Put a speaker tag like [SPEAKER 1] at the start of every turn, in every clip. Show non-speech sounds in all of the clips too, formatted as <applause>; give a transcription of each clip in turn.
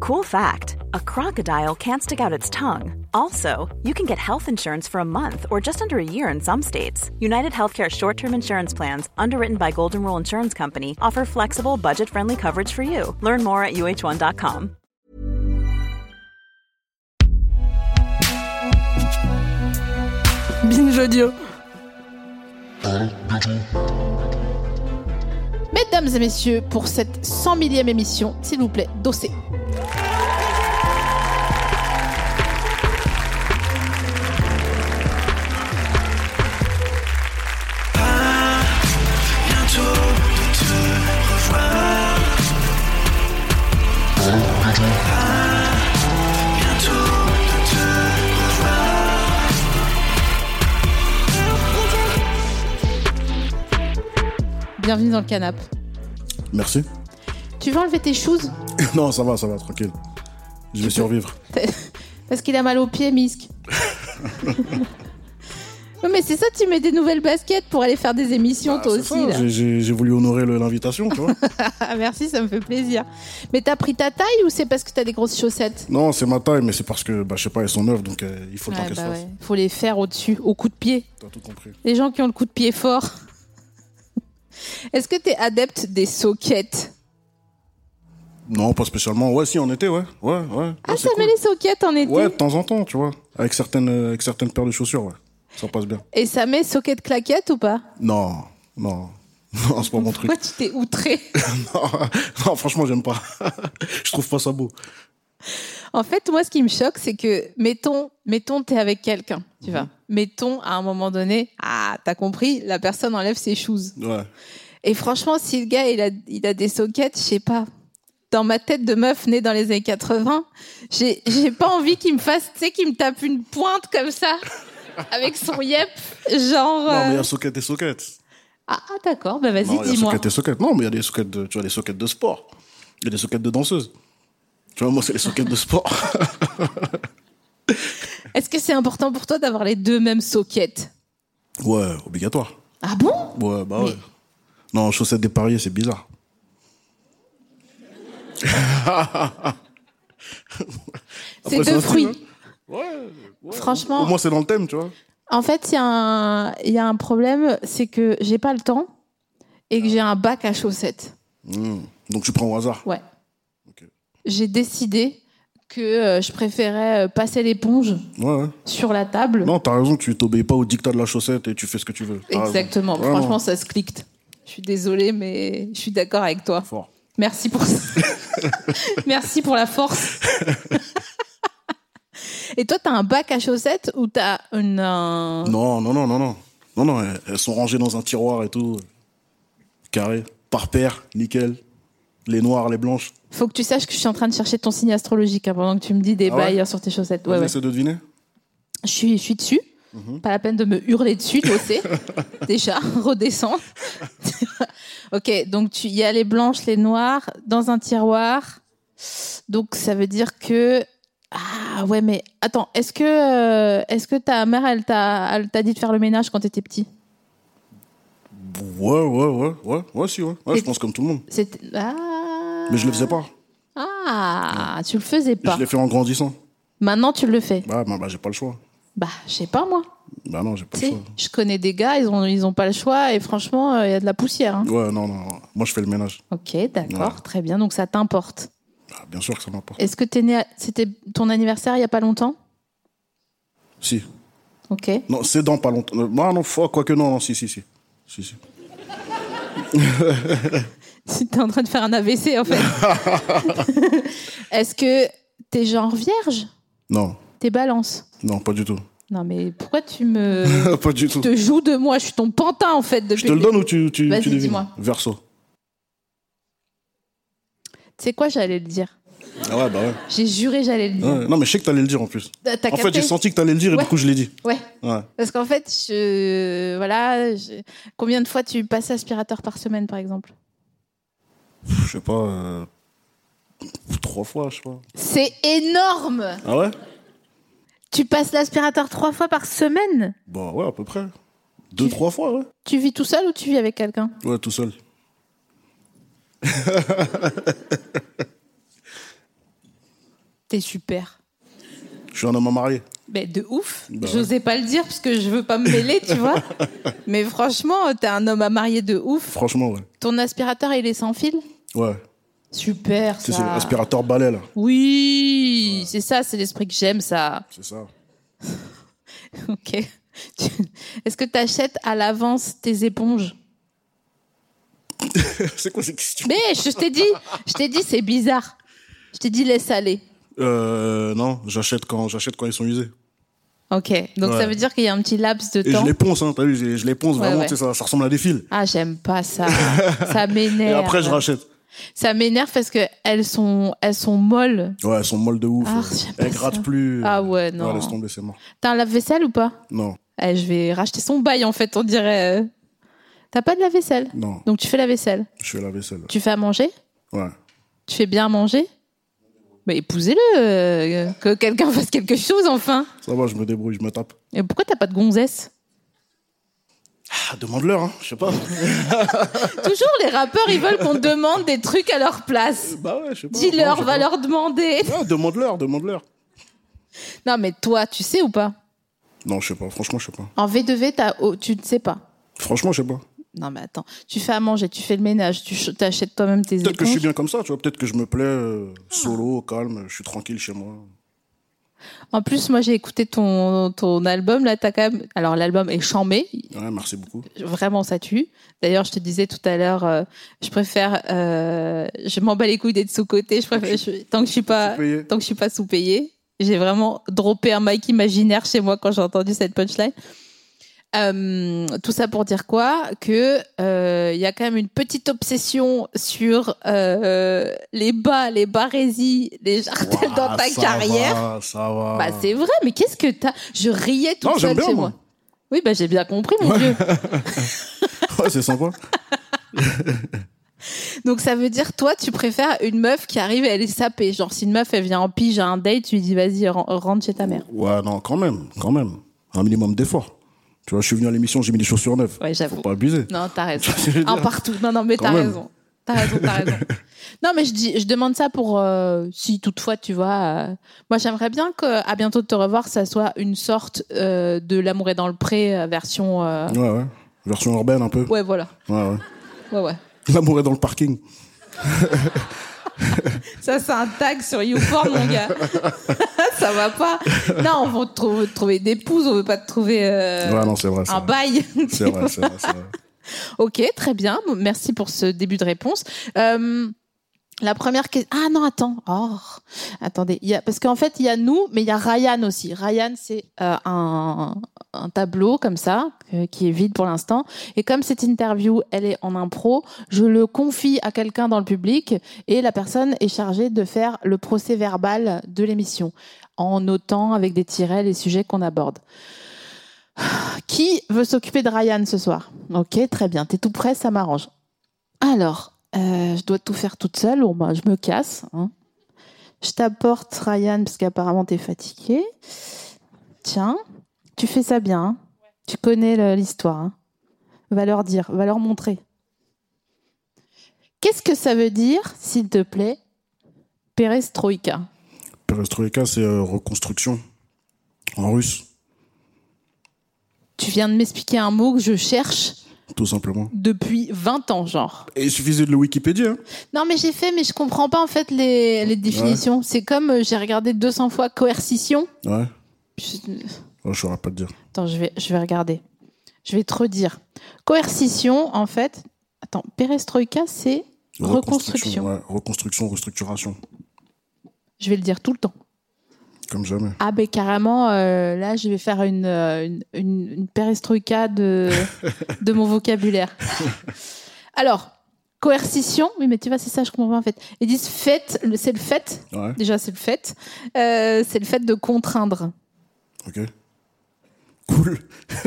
[SPEAKER 1] Cool fact a crocodile can't stick out its tongue. Also, you can get health insurance for a month or just under a year in some states. United Healthcare short term insurance plans, underwritten by Golden Rule Insurance Company, offer flexible, budget friendly coverage for you. Learn more at uh1.com.
[SPEAKER 2] Binge audio.
[SPEAKER 3] Mesdames et messieurs, pour cette 100 millième émission, s'il vous plaît, dossé. Bienvenue dans le canap.
[SPEAKER 4] Merci. <laughs>
[SPEAKER 3] Tu veux enlever tes shoes
[SPEAKER 4] Non, ça va, ça va, tranquille. Je
[SPEAKER 3] <laughs>
[SPEAKER 4] vais survivre.
[SPEAKER 3] Parce qu'il a mal aux pieds, Misk. <laughs> non mais c'est ça, tu mets des nouvelles baskets pour aller faire des émissions toi
[SPEAKER 4] Bah, C'est
[SPEAKER 3] aussi.
[SPEAKER 4] ça,
[SPEAKER 3] là.
[SPEAKER 4] j'ai- J'ai j'ai voulu honorer le- l'invitation, tu
[SPEAKER 3] <laughs>
[SPEAKER 4] vois.
[SPEAKER 3] Ah, merci, ça me fait plaisir. Mais t'as pris ta taille ou c'est parce que t'as des grosses chaussettes
[SPEAKER 4] non, c'est ma taille, mais c'est parce que, bah, je sais pas, elles sont neuves, donc euh, il faut le temps
[SPEAKER 3] Ouais,
[SPEAKER 4] qu'elles
[SPEAKER 3] bah
[SPEAKER 4] se fassent.
[SPEAKER 3] ouais. Faut les faire au-dessus, au coup de pied.
[SPEAKER 4] T'as tout compris.
[SPEAKER 3] Les gens qui ont le coup de pied fort. <laughs> Est-ce que t'es adepte des soquettes
[SPEAKER 4] Non, pas spécialement. Ouais, si, en été, ouais. Ouais, ouais.
[SPEAKER 3] Ah,
[SPEAKER 4] Ouais,
[SPEAKER 3] ça
[SPEAKER 4] c'est
[SPEAKER 3] met
[SPEAKER 4] cool.
[SPEAKER 3] les soquettes en été
[SPEAKER 4] Ouais, de temps en temps, tu vois. Avec certaines, euh, avec certaines paires de chaussures, ouais. Ça passe bien.
[SPEAKER 3] Et ça met soquettes claquettes ou pas
[SPEAKER 4] Non, non. <laughs> Non, c'est pas mon truc.
[SPEAKER 3] Pourquoi tu t'es outré
[SPEAKER 4] non, <laughs> non, franchement, j'aime pas. <laughs> je trouve pas ça beau.
[SPEAKER 3] <laughs> En fait, moi, ce qui me choque, c'est que, mettons, mettons, t'es avec quelqu'un, tu vois. Mettons, à un moment donné, ah, t'as compris, la personne enlève ses shoes.
[SPEAKER 4] Ouais.
[SPEAKER 3] Et franchement, si le gars, il a, il a des soquettes, je sais pas. Dans ma tête de meuf née dans les années 80, j'ai j'ai pas envie qu'il me fasse, tu sais, qu'il me tape une pointe comme ça, avec son yep, genre.
[SPEAKER 4] Non, mais il y
[SPEAKER 3] euh,
[SPEAKER 4] a socket et socket.
[SPEAKER 3] Ah, ah, d'accord, bah vas-y,
[SPEAKER 4] Non, il y a
[SPEAKER 3] dis-moi.
[SPEAKER 4] socket et socket. Non, mais il y a des sockets de, tu vois, des sockets de sport. Il y a des sockets de danseuses. Tu vois, moi, c'est les sockets de sport.
[SPEAKER 3] <laughs> Est-ce que c'est important pour toi d'avoir les deux mêmes soquettes
[SPEAKER 4] ouais, obligatoire.
[SPEAKER 3] Ah bon
[SPEAKER 4] Ouais, bah
[SPEAKER 3] Mais-
[SPEAKER 4] ouais. Non, chaussettes dépareillées, c'est bizarre.
[SPEAKER 3] C'est
[SPEAKER 4] Après,
[SPEAKER 3] deux
[SPEAKER 4] un style,
[SPEAKER 3] fruits.
[SPEAKER 4] hein. Ouais.
[SPEAKER 3] Franchement.
[SPEAKER 4] Au moins, c'est dans le thème, tu vois.
[SPEAKER 3] En fait, il y, a un- il y a un problème, c'est que j'ai pas le temps et
[SPEAKER 4] Ah.
[SPEAKER 3] que j'ai un bac à chaussettes.
[SPEAKER 4] Hmm. Donc, tu prends au hasard.
[SPEAKER 3] Ouais.
[SPEAKER 4] Ok.
[SPEAKER 3] J'ai décidé que euh, je préférais euh, passer l'éponge
[SPEAKER 4] Ouais, ouais.
[SPEAKER 3] sur la table.
[SPEAKER 4] Non, t'as raison, tu t'obéis pas au dictat de la chaussette et tu fais ce que tu veux. T'as raison.
[SPEAKER 3] Exactement.
[SPEAKER 4] Vraiment.
[SPEAKER 3] Franchement, ça se clique. Je suis désolée, mais je suis d'accord avec toi.
[SPEAKER 4] Fort.
[SPEAKER 3] Merci pour ça.
[SPEAKER 4] <laughs>
[SPEAKER 3] Merci pour la force. et toi, t'as un bac à chaussettes ou t'as une. un-
[SPEAKER 4] Non, non, non, non, non. Non, non, elles- elles sont rangées dans un tiroir et tout. Carré, par paire, nickel. Les noires, les blanches.
[SPEAKER 3] Faut que tu saches que je suis en train de chercher ton signe astrologique hein, pendant que tu me dis des
[SPEAKER 4] Ah Mhm. ouais
[SPEAKER 3] bails hein, sur tes chaussettes. Ouais,
[SPEAKER 4] Vas-y,
[SPEAKER 3] ouais.
[SPEAKER 4] essaie de deviner.
[SPEAKER 3] Je suis, je suis dessus. Pas la peine de me hurler dessus, je
[SPEAKER 4] <laughs>
[SPEAKER 3] sais. Déjà, redescends. <laughs> ok, donc tu- il y a les blanches, les noires, dans un tiroir. Donc ça veut dire que. Ah ouais, mais attends, est-ce que, euh, est-ce que ta mère, elle t'a, elle t'a dit de faire le ménage quand t'étais petit
[SPEAKER 4] Ouais, ouais, ouais, ouais, ouais, si, ouais. Ouais,
[SPEAKER 3] Et-
[SPEAKER 4] je pense comme tout le monde.
[SPEAKER 3] C'était... Ah,
[SPEAKER 4] Mais je le faisais pas.
[SPEAKER 3] ah tu le faisais
[SPEAKER 4] Et
[SPEAKER 3] pas.
[SPEAKER 4] Je l'ai fait en grandissant.
[SPEAKER 3] Maintenant, tu le fais.
[SPEAKER 4] Bah, bah, bah, j'ai pas le choix.
[SPEAKER 3] Bah, je sais pas, moi.
[SPEAKER 4] Bah, non, j'ai pas
[SPEAKER 3] Tu
[SPEAKER 4] le
[SPEAKER 3] sais,
[SPEAKER 4] choix.
[SPEAKER 3] je connais des gars, ils ont, ils ont pas le choix, et franchement, euh, il y a de la poussière. hein.
[SPEAKER 4] Ouais, non, non, non. Moi, je fais le ménage.
[SPEAKER 3] Ok, d'accord,
[SPEAKER 4] Ouais.
[SPEAKER 3] très bien. Donc ça t'importe.
[SPEAKER 4] Bah, bien sûr que ça m'importe.
[SPEAKER 3] Est-ce que t'es né à- C'était ton anniversaire il y a pas longtemps
[SPEAKER 4] Si.
[SPEAKER 3] Ok. <laughs>
[SPEAKER 4] Non, c'est dans pas longtemps. Euh, Ah, non, faut- quoique, non, non, si, si, si. Si, si.
[SPEAKER 3] T'es en train de faire un AVC
[SPEAKER 4] <laughs>
[SPEAKER 3] en fait. Est-ce que t'es genre vierge
[SPEAKER 4] Non,
[SPEAKER 3] T'es balance
[SPEAKER 4] non, pas du tout. <laughs>
[SPEAKER 3] Non mais pourquoi tu me
[SPEAKER 4] pas du
[SPEAKER 3] tu
[SPEAKER 4] tout. <laughs>
[SPEAKER 3] te joues de moi Je suis ton pantin en fait depuis.
[SPEAKER 4] Je te le donne ou tu, tu,
[SPEAKER 3] Vas-y,
[SPEAKER 4] tu devines
[SPEAKER 3] dis-moi.
[SPEAKER 4] Verso.
[SPEAKER 3] Tu sais quoi J'allais le dire.
[SPEAKER 4] Ah ouais, bah ouais.
[SPEAKER 3] J'ai juré j'allais le dire.
[SPEAKER 4] Ouais, Non, mais je sais que t'allais le dire en plus.
[SPEAKER 3] T'as t'as
[SPEAKER 4] En fait,
[SPEAKER 3] capté
[SPEAKER 4] j'ai senti que t'allais le dire et
[SPEAKER 3] Ouais.
[SPEAKER 4] du coup, je l'ai dit.
[SPEAKER 3] Ouais.
[SPEAKER 4] Ouais.
[SPEAKER 3] Parce qu'en fait, je voilà, je- combien de fois tu passes aspirateur par semaine par exemple
[SPEAKER 4] Pff, Je sais pas. euh, Trois fois, je sais pas.
[SPEAKER 3] C'est énorme.
[SPEAKER 4] Ah ouais
[SPEAKER 3] Tu passes l'aspirateur trois fois par semaine
[SPEAKER 4] Bah ouais, à peu près. Deux, trois fois, ouais.
[SPEAKER 3] Tu vis tout seul ou tu vis avec quelqu'un
[SPEAKER 4] Ouais, tout seul.
[SPEAKER 3] T'es super.
[SPEAKER 4] Je suis un homme marié.
[SPEAKER 3] Mais de ouf.
[SPEAKER 4] Bah ouais.
[SPEAKER 3] J'osais pas le dire parce que je veux pas me mêler, tu
[SPEAKER 4] <laughs>
[SPEAKER 3] vois. Mais franchement, t'es un homme à marier de ouf.
[SPEAKER 4] Franchement, ouais.
[SPEAKER 3] Ton aspirateur, il est sans fil
[SPEAKER 4] Ouais.
[SPEAKER 3] Super,
[SPEAKER 4] C'est
[SPEAKER 3] ça.
[SPEAKER 4] c'est aspirateur balai, là.
[SPEAKER 3] Oui, c'est ça, c'est l'esprit que j'aime, ça. <laughs>
[SPEAKER 4] C'est ça. <laughs>
[SPEAKER 3] Ok. Tu- Est-ce que t'achètes à l'avance tes éponges
[SPEAKER 4] c'est quoi ces questions
[SPEAKER 3] Mais je t'ai dit, je t'ai dit, c'est bizarre. Je t'ai dit, laisse aller.
[SPEAKER 4] Euh, non, j'achète quand, j'achète quand ils sont usés.
[SPEAKER 3] Ok. Donc
[SPEAKER 4] Ouais.
[SPEAKER 3] ça veut dire qu'il y a un petit laps de
[SPEAKER 4] Et
[SPEAKER 3] temps.
[SPEAKER 4] je les ponce, hein, t'as vu, je, je les ponce
[SPEAKER 3] Ouais,
[SPEAKER 4] vraiment,
[SPEAKER 3] ouais.
[SPEAKER 4] tu sais, ça, ça ressemble à des fils.
[SPEAKER 3] Ah, j'aime pas
[SPEAKER 4] <laughs>
[SPEAKER 3] ça. ça
[SPEAKER 4] Et
[SPEAKER 3] m'énerve.
[SPEAKER 4] après, je rachète.
[SPEAKER 3] Ça m'énerve parce que elles sont, elles sont molles.
[SPEAKER 4] Ouais, elles sont molles de ouf.
[SPEAKER 3] Ah,
[SPEAKER 4] euh,
[SPEAKER 3] j'aime pas
[SPEAKER 4] elles grattent
[SPEAKER 3] ça.
[SPEAKER 4] plus.
[SPEAKER 3] Ah ouais, non.
[SPEAKER 4] laisse tomber, c'est mort.
[SPEAKER 3] T'as un lave-vaisselle ou pas
[SPEAKER 4] Non,
[SPEAKER 3] Eh, Je vais racheter son bail en fait, on dirait. euh. T'as pas de lave-vaisselle
[SPEAKER 4] non,
[SPEAKER 3] Donc tu fais la vaisselle.
[SPEAKER 4] je fais la vaisselle.
[SPEAKER 3] Tu fais à manger
[SPEAKER 4] Ouais.
[SPEAKER 3] Tu fais bien à manger Mais épousez-le, euh, que quelqu'un fasse quelque chose enfin.
[SPEAKER 4] Ça va, je me débrouille, je me tape.
[SPEAKER 3] Et pourquoi t'as pas de gonzesse
[SPEAKER 4] Ah, demande-leur, hein, je sais pas.
[SPEAKER 3] Toujours les rappeurs, ils veulent qu'on demande des trucs à leur place.
[SPEAKER 4] <laughs> bah ouais, je sais pas.
[SPEAKER 3] Dis-leur,
[SPEAKER 4] Non,
[SPEAKER 3] va
[SPEAKER 4] je sais
[SPEAKER 3] leur demander.
[SPEAKER 4] pas. Ouais, demande-leur, demande-leur.
[SPEAKER 3] Non mais toi, tu sais ou pas
[SPEAKER 4] Non, je sais pas, franchement, je sais pas.
[SPEAKER 3] En V2V, t'as- oh, tu ne sais pas.
[SPEAKER 4] Franchement, je sais pas.
[SPEAKER 3] Non mais attends, tu fais à manger, tu fais le ménage, tu ch- t'achètes toi-même tes
[SPEAKER 4] Peut-être que je suis
[SPEAKER 3] éponges.
[SPEAKER 4] bien comme ça, tu vois. Peut-être que je me plais
[SPEAKER 3] Ah.
[SPEAKER 4] euh, solo, calme, je suis tranquille chez moi.
[SPEAKER 3] En plus, moi j'ai écouté ton, ton album, là t'as quand même... Alors l'album est chambé,
[SPEAKER 4] Ouais, merci beaucoup.
[SPEAKER 3] vraiment ça tue. D'ailleurs, je te disais tout à l'heure, euh, je préfère, euh, je m'en bats les couilles d'être sous-côté. Je préfère, je- tant que je suis pas,
[SPEAKER 4] Sous-payé.
[SPEAKER 3] tant que je suis pas sous-payé. J'ai vraiment droppé un mic imaginaire chez moi quand j'ai entendu cette punchline. Euh, tout ça pour dire quoi Que euh, il y a quand même une petite obsession sur euh, les bas, les barésies, les jartelles dans
[SPEAKER 4] Ouah,
[SPEAKER 3] ta
[SPEAKER 4] Ah, ça
[SPEAKER 3] carrière.
[SPEAKER 4] va, ça va.
[SPEAKER 3] Bah c'est vrai, mais qu'est-ce que t'as Je riais tout
[SPEAKER 4] Non,
[SPEAKER 3] seul
[SPEAKER 4] j'aime bien,
[SPEAKER 3] chez moi.
[SPEAKER 4] moi.
[SPEAKER 3] Oui, bah j'ai bien compris, mon dieu.
[SPEAKER 4] <laughs> Ouais, c'est sympa.
[SPEAKER 3] Donc ça veut dire toi tu préfères une meuf qui arrive et elle est sapée. Genre si une meuf elle vient en pige à un date, tu lui dis vas-y ren- rentre chez ta mère.
[SPEAKER 4] Ouais, non, quand même, quand même. Un minimum d'effort. Tu vois, je suis venu à l'émission, j'ai mis des chaussures neuves.
[SPEAKER 3] Ouais, j'avoue.
[SPEAKER 4] Faut pas abuser.
[SPEAKER 3] Non, t'as raison.
[SPEAKER 4] Je veux
[SPEAKER 3] Un
[SPEAKER 4] dire.
[SPEAKER 3] partout. Non, non, mais
[SPEAKER 4] Quand
[SPEAKER 3] t'as
[SPEAKER 4] même.
[SPEAKER 3] raison. T'as raison, t'as
[SPEAKER 4] <laughs>
[SPEAKER 3] raison. Non, mais je dis, je demande ça pour euh, si toutefois tu vois. euh, moi, j'aimerais bien que à bientôt de te revoir, ça soit une sorte euh, de l'amour est dans le pré euh, version. euh,
[SPEAKER 4] Ouais, ouais. Version urbaine un peu.
[SPEAKER 3] Ouais, voilà.
[SPEAKER 4] Ouais, ouais.
[SPEAKER 3] Ouais, ouais.
[SPEAKER 4] L'amour est dans le parking.
[SPEAKER 3] Ça, c'est un tag sur YouPorn, mon gars. <laughs> ça va pas. Non, on veut te trou- trouver, d'épouse, on veut pas te trouver euh,
[SPEAKER 4] ouais, non, c'est vrai. c'est
[SPEAKER 3] un
[SPEAKER 4] vrai.
[SPEAKER 3] bail.
[SPEAKER 4] C'est vrai, c'est vrai,
[SPEAKER 3] <laughs>
[SPEAKER 4] c'est vrai.
[SPEAKER 3] ok, très bien. Bon, Merci pour ce début de réponse. Euh, la première question. Ah non, attends. Oh, attendez. Il y a... Parce qu'en fait, il y a nous, mais il y a Ryan aussi. Ryan, c'est euh, un, un tableau comme ça, euh, qui est vide pour l'instant. Et comme cette interview, elle est en impro, je le confie à quelqu'un dans le public et la personne est chargée de faire le procès verbal de l'émission en notant avec des tirets les sujets qu'on aborde. Qui veut s'occuper de Ryan ce soir Ok, très bien. T'es tout prêt, ça m'arrange. Alors, euh, je dois tout faire toute seule ou ben, je me casse. hein. Je t'apporte Ryan parce qu'apparemment t'es fatigué. Tiens, tu fais ça bien. hein. Tu connais le- l'histoire. hein. Va leur dire, va leur montrer. Qu'est-ce que ça veut dire, s'il te plaît, perestroïka
[SPEAKER 4] Perestroïka, c'est euh, reconstruction. En russe,
[SPEAKER 3] Tu viens de m'expliquer un mot que je cherche
[SPEAKER 4] tout simplement.
[SPEAKER 3] depuis 20 ans, genre.
[SPEAKER 4] Et il suffisait de le Wikipédia. hein.
[SPEAKER 3] Non, mais j'ai fait, mais je comprends pas en fait les, les définitions. C'est comme euh, j'ai regardé 200 fois coercition.
[SPEAKER 4] Ouais.
[SPEAKER 3] Je-
[SPEAKER 4] Oh, je saurais pas te dire.
[SPEAKER 3] Attends, je vais, je vais regarder. Je vais te redire. Coercition, en fait. Attends, perestroïka, c'est reconstruction.
[SPEAKER 4] ouais. Reconstruction, restructuration.
[SPEAKER 3] Je vais le dire tout le temps.
[SPEAKER 4] Comme jamais.
[SPEAKER 3] Ah, ben carrément, euh, là, je vais faire une, euh, une, une- une perestroïka de, de mon vocabulaire. Alors, coercition, oui, mais tu vois, c'est ça, je comprends pas en fait. Ils disent fait, le- c'est le fait,
[SPEAKER 4] Ouais,
[SPEAKER 3] Déjà, c'est le fait. Euh, c'est le fait de contraindre.
[SPEAKER 4] ok. Cool. <laughs>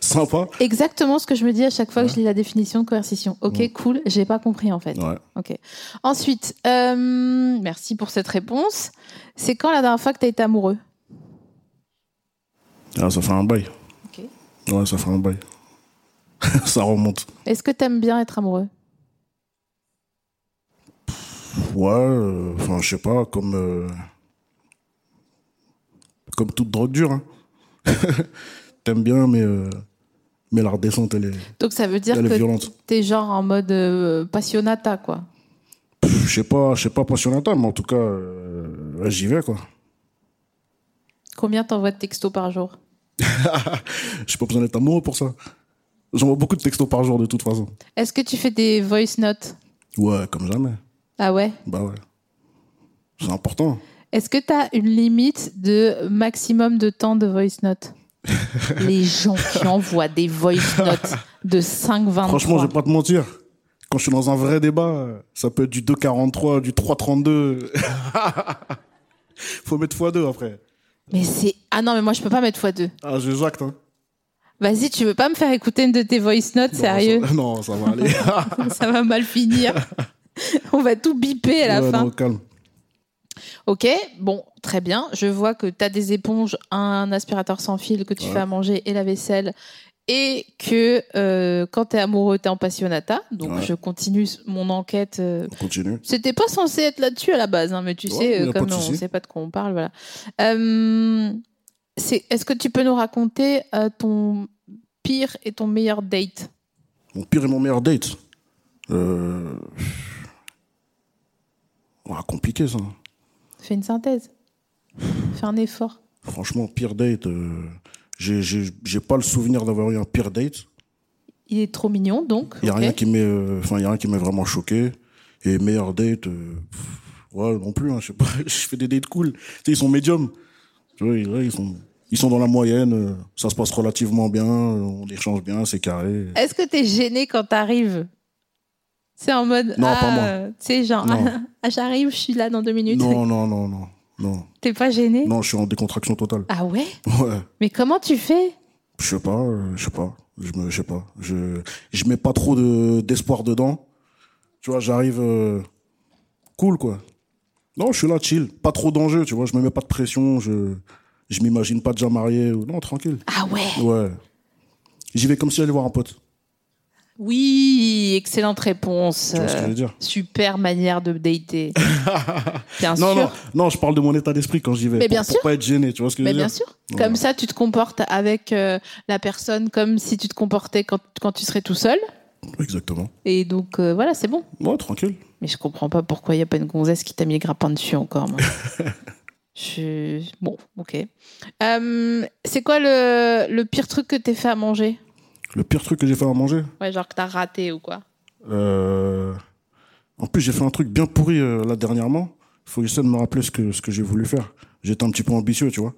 [SPEAKER 4] Sympa.
[SPEAKER 3] Exactement ce que je me dis à chaque fois que je lis la définition de coercition. Ok, cool, j'ai pas compris en fait.
[SPEAKER 4] Ouais.
[SPEAKER 3] Ok. Ensuite, euh, merci pour cette réponse. C'est quand la dernière fois que t'as été amoureux
[SPEAKER 4] Ah, ça fait un bail.
[SPEAKER 3] Ok.
[SPEAKER 4] Ouais, ça fait un bail. <laughs> ça remonte.
[SPEAKER 3] Est-ce que t'aimes bien être amoureux
[SPEAKER 4] Ouais, euh, enfin, je sais pas, comme. euh, Comme toute drogue dure. Hein. <laughs> T'aimes bien, mais, euh, mais la redescente, elle est.
[SPEAKER 3] Donc ça veut dire
[SPEAKER 4] Elle est
[SPEAKER 3] que
[SPEAKER 4] violente.
[SPEAKER 3] t'es genre en mode euh, passionnata, quoi.
[SPEAKER 4] Pff, Je sais pas, je sais pas passionnata, mais en tout cas, euh, ouais, j'y vais, quoi.
[SPEAKER 3] Combien t'envoies de textos par jour
[SPEAKER 4] J'ai pas besoin d'être amoureux pour ça. J'envoie beaucoup de textos par jour, de toute façon.
[SPEAKER 3] Est-ce que tu fais des voice notes
[SPEAKER 4] Ouais, comme jamais.
[SPEAKER 3] Ah ouais
[SPEAKER 4] Bah ouais. C'est important.
[SPEAKER 3] Est-ce que t'as une limite de maximum de temps de voice note
[SPEAKER 4] <laughs>
[SPEAKER 3] Les gens qui envoient des voice notes de 5-23.
[SPEAKER 4] Franchement, je vais pas te mentir. Quand je suis dans un vrai débat, ça peut être du 2,43, du 3,32. <laughs> Faut mettre x2 après.
[SPEAKER 3] Mais c'est. Ah non, mais moi je peux pas mettre x2.
[SPEAKER 4] Ah, je jacte, hein.
[SPEAKER 3] Vas-y, tu veux pas me faire écouter une de tes voice notes,
[SPEAKER 4] Non,
[SPEAKER 3] sérieux
[SPEAKER 4] ça- Non, ça va
[SPEAKER 3] <laughs>
[SPEAKER 4] aller.
[SPEAKER 3] Ça va mal
[SPEAKER 4] <laughs>
[SPEAKER 3] finir. On va tout biper à la
[SPEAKER 4] Ouais,
[SPEAKER 3] fin.
[SPEAKER 4] non, calme.
[SPEAKER 3] Ok, bon, très bien. Je vois que tu as des éponges, un aspirateur sans fil que tu
[SPEAKER 4] Ouais.
[SPEAKER 3] fais à manger et la vaisselle. Et que euh, quand tu es amoureux, tu es en passionnata. Donc
[SPEAKER 4] Ouais.
[SPEAKER 3] je continue mon enquête. euh,
[SPEAKER 4] On continue.
[SPEAKER 3] C'était pas censé être là-dessus à la base, hein, mais tu
[SPEAKER 4] Ouais,
[SPEAKER 3] sais,
[SPEAKER 4] y a
[SPEAKER 3] euh,
[SPEAKER 4] pas
[SPEAKER 3] comme
[SPEAKER 4] de
[SPEAKER 3] on
[SPEAKER 4] souci.
[SPEAKER 3] sait pas de quoi on parle, voilà. Euh, c'est- Est-ce que tu peux nous raconter euh, ton pire et ton meilleur date
[SPEAKER 4] Mon pire et mon meilleur date. Euh... ouah, compliqué, ça.
[SPEAKER 3] Fais une synthèse. Fais un effort.
[SPEAKER 4] Franchement, pire date. euh, J'ai j'ai- j'ai pas le souvenir d'avoir eu un pire date.
[SPEAKER 3] Il est trop mignon, donc.
[SPEAKER 4] Il n'y a
[SPEAKER 3] ok.
[SPEAKER 4] rien qui m'est, euh, enfin, y a rien qui m'est vraiment choqué. Et meilleur date, euh, pff, ouais, non plus, hein, je sais pas, <laughs> je fais des dates cool. Tu sais, ils sont médiums. Tu vois, ils, ouais, ils sont, ils sont dans la moyenne, euh, ça se passe relativement bien, euh, on échange bien, c'est carré.
[SPEAKER 3] Est-ce que t'es gêné quand t'arrives C'est en mode
[SPEAKER 4] Non,
[SPEAKER 3] ah,
[SPEAKER 4] pas moi.
[SPEAKER 3] euh, tu sais genre
[SPEAKER 4] Non.
[SPEAKER 3] <laughs> ah, j'arrive, je suis là dans deux minutes.
[SPEAKER 4] Non, non, non, non, non.
[SPEAKER 3] <laughs> T'es pas gêné
[SPEAKER 4] Non, je suis en décontraction totale. <laughs>
[SPEAKER 3] Ah ouais
[SPEAKER 4] Ouais.
[SPEAKER 3] Mais comment tu fais
[SPEAKER 4] Je sais pas, euh, je sais pas, je me, je sais pas, je, je mets pas trop de, d'espoir dedans. Tu vois, j'arrive, euh, cool quoi. Non, je suis là chill, pas trop d'enjeux, tu vois, je me mets pas de pression, je, je m'imagine pas déjà marié ou non, tranquille.
[SPEAKER 3] Ah ouais.
[SPEAKER 4] Ouais. J'y vais comme si j'allais voir un pote.
[SPEAKER 3] Oui, excellente réponse.
[SPEAKER 4] Tu vois ce que je veux
[SPEAKER 3] Euh,
[SPEAKER 4] dire
[SPEAKER 3] Super manière de dater.
[SPEAKER 4] <laughs>
[SPEAKER 3] bien
[SPEAKER 4] Non,
[SPEAKER 3] sûr.
[SPEAKER 4] non, non, je parle de mon état d'esprit quand j'y vais.
[SPEAKER 3] Mais
[SPEAKER 4] pour,
[SPEAKER 3] bien
[SPEAKER 4] pour
[SPEAKER 3] sûr.
[SPEAKER 4] pas être gêné, tu vois ce que je
[SPEAKER 3] Mais
[SPEAKER 4] veux
[SPEAKER 3] bien
[SPEAKER 4] dire
[SPEAKER 3] sûr.
[SPEAKER 4] Ouais.
[SPEAKER 3] Comme ça, tu te comportes avec euh, la personne comme si tu te comportais quand, quand tu serais tout seul.
[SPEAKER 4] Exactement.
[SPEAKER 3] Et donc, euh, voilà, c'est bon.
[SPEAKER 4] Ouais, tranquille.
[SPEAKER 3] Mais je comprends pas pourquoi il n'y a pas une gonzesse qui t'a mis le grappin dessus encore.
[SPEAKER 4] <laughs>
[SPEAKER 3] moi. je... Bon, ok. Euh, c'est quoi le, le pire truc que t'es fait à manger
[SPEAKER 4] Le pire truc que j'ai fait à manger
[SPEAKER 3] Ouais, genre que t'as raté ou quoi
[SPEAKER 4] Euh, En plus, j'ai fait un truc bien pourri euh, là dernièrement. Faut que j'essaie de me rappeler ce que, ce que j'ai voulu faire. J'étais un petit peu ambitieux, tu vois.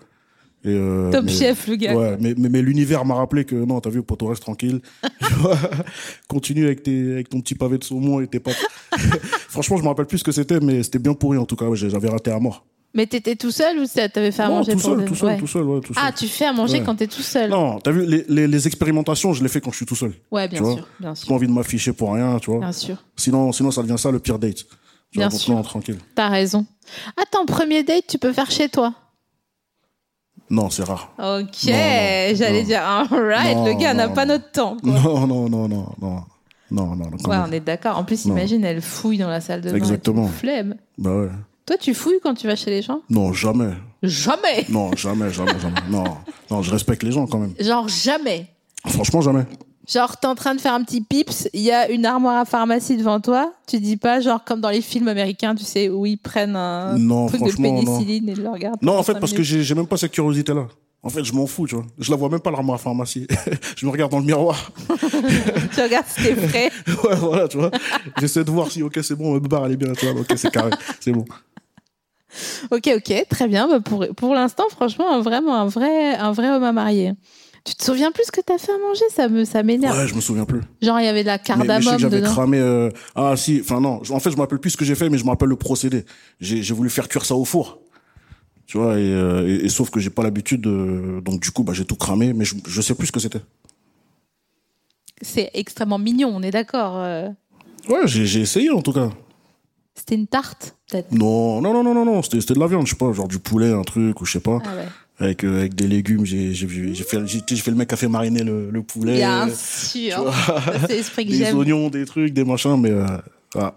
[SPEAKER 4] Et, euh,
[SPEAKER 3] Top
[SPEAKER 4] mais-
[SPEAKER 3] chef, le gars.
[SPEAKER 4] Ouais, mais, mais, mais l'univers m'a rappelé que non, t'as vu, poto, reste tranquille. <laughs> Tu vois, Continue avec, tes, avec ton petit pavé de saumon et tes pâtes. <laughs> Franchement, je me rappelle plus ce que c'était, mais c'était bien pourri en tout cas. Ouais, J'avais raté à mort.
[SPEAKER 3] Mais t'étais tout seul ou ça t'avais fait à
[SPEAKER 4] Non,
[SPEAKER 3] manger
[SPEAKER 4] tout
[SPEAKER 3] pour
[SPEAKER 4] seul,
[SPEAKER 3] deux
[SPEAKER 4] tout seul,
[SPEAKER 3] Ouais.
[SPEAKER 4] tout seul, ouais, tout seul.
[SPEAKER 3] Ah, tu fais à manger
[SPEAKER 4] Ouais.
[SPEAKER 3] quand t'es tout seul
[SPEAKER 4] Non, t'as vu, les, les, les expérimentations, je les fais quand je suis tout seul.
[SPEAKER 3] Ouais, bien
[SPEAKER 4] Tu vois,
[SPEAKER 3] sûr, bien
[SPEAKER 4] J'ai pas
[SPEAKER 3] sûr.
[SPEAKER 4] envie de m'afficher pour rien, tu vois.
[SPEAKER 3] Bien sûr.
[SPEAKER 4] Sinon, sinon, ça devient ça le pire date. Tu
[SPEAKER 3] Ah. Bien
[SPEAKER 4] vois, donc
[SPEAKER 3] sûr.
[SPEAKER 4] non, tranquille.
[SPEAKER 3] T'as raison. Attends, premier date, tu peux faire chez toi.
[SPEAKER 4] Non, c'est rare.
[SPEAKER 3] Ok,
[SPEAKER 4] Non, non,
[SPEAKER 3] <laughs> j'allais
[SPEAKER 4] non.
[SPEAKER 3] dire, alright,
[SPEAKER 4] Non,
[SPEAKER 3] le gars n'a
[SPEAKER 4] non,
[SPEAKER 3] pas
[SPEAKER 4] non.
[SPEAKER 3] notre temps. quoi.
[SPEAKER 4] Non, non, non, non, non. Non, non, non. quand
[SPEAKER 3] Ouais,
[SPEAKER 4] même.
[SPEAKER 3] on est d'accord. En plus,
[SPEAKER 4] Non.
[SPEAKER 3] imagine, elle fouille dans la salle de bain. et tout.
[SPEAKER 4] Exactement.
[SPEAKER 3] Flemme.
[SPEAKER 4] Bah ouais.
[SPEAKER 3] Toi, tu fouilles quand tu vas chez les gens
[SPEAKER 4] Non, jamais.
[SPEAKER 3] Jamais
[SPEAKER 4] Non, jamais, jamais, jamais. Non, non, je respecte les gens quand même.
[SPEAKER 3] Genre jamais.
[SPEAKER 4] Franchement, jamais.
[SPEAKER 3] Genre, t'es en train de faire un petit pips, il y a une armoire à pharmacie devant toi, tu dis pas, genre comme dans les films américains, tu sais, où ils prennent un
[SPEAKER 4] Non,
[SPEAKER 3] truc de
[SPEAKER 4] franchement, non.
[SPEAKER 3] pénicilline et ils le regardent.
[SPEAKER 4] Non, en
[SPEAKER 3] pendant
[SPEAKER 4] fait,
[SPEAKER 3] cinq
[SPEAKER 4] parce que
[SPEAKER 3] minutes.
[SPEAKER 4] j'ai j'ai même pas cette curiosité-là. En fait, je m'en fous, tu vois. Je la vois même pas l'armoire à pharmacie. <laughs> je me regarde dans le miroir. <laughs>
[SPEAKER 3] Tu regardes si t'es prêt.
[SPEAKER 4] ouais, voilà, tu vois. J'essaie de voir si, ok, c'est bon, ma barre, elle est bien, tu vois. Ok, c'est carré. C'est bon.
[SPEAKER 3] ok, ok, très bien. Bah, pour pour l'instant, franchement, un- vraiment un vrai, un vrai homme à marier. Tu te souviens plus ce que t'as fait à manger Ça me, ça m'énerve.
[SPEAKER 4] Ouais, je me souviens plus.
[SPEAKER 3] Genre, il y avait de la
[SPEAKER 4] Mais, mais je sais
[SPEAKER 3] cardamome
[SPEAKER 4] que j'avais
[SPEAKER 3] dedans.
[SPEAKER 4] cramé. euh, Ah, si, enfin, non. Je- En fait, je me rappelle plus ce que j'ai fait, mais je me rappelle le procédé. J'ai j'ai voulu faire cuire ça au four. Tu vois, et, euh, et- et sauf que j'ai pas l'habitude, euh, donc du coup, bah, j'ai tout cramé, mais je, je sais plus ce que c'était.
[SPEAKER 3] C'est extrêmement mignon, on est d'accord. euh.
[SPEAKER 4] Ouais, j'ai j'ai essayé en tout cas.
[SPEAKER 3] C'était une tarte, peut-être.
[SPEAKER 4] Non, non, non, non, non, non, c'était c'était de la viande, je sais pas, genre du poulet, un truc, ou je sais pas.
[SPEAKER 3] Ah ouais.
[SPEAKER 4] Avec, euh, avec des légumes, j'ai j'ai- j'ai- j'ai fait, j'ai- j'ai fait le mec à fait mariner le, le poulet.
[SPEAKER 3] Bien
[SPEAKER 4] euh,
[SPEAKER 3] sûr. hein. C'est l'esprit que
[SPEAKER 4] des
[SPEAKER 3] j'aime.
[SPEAKER 4] oignons, des trucs, des machins, mais euh, ah,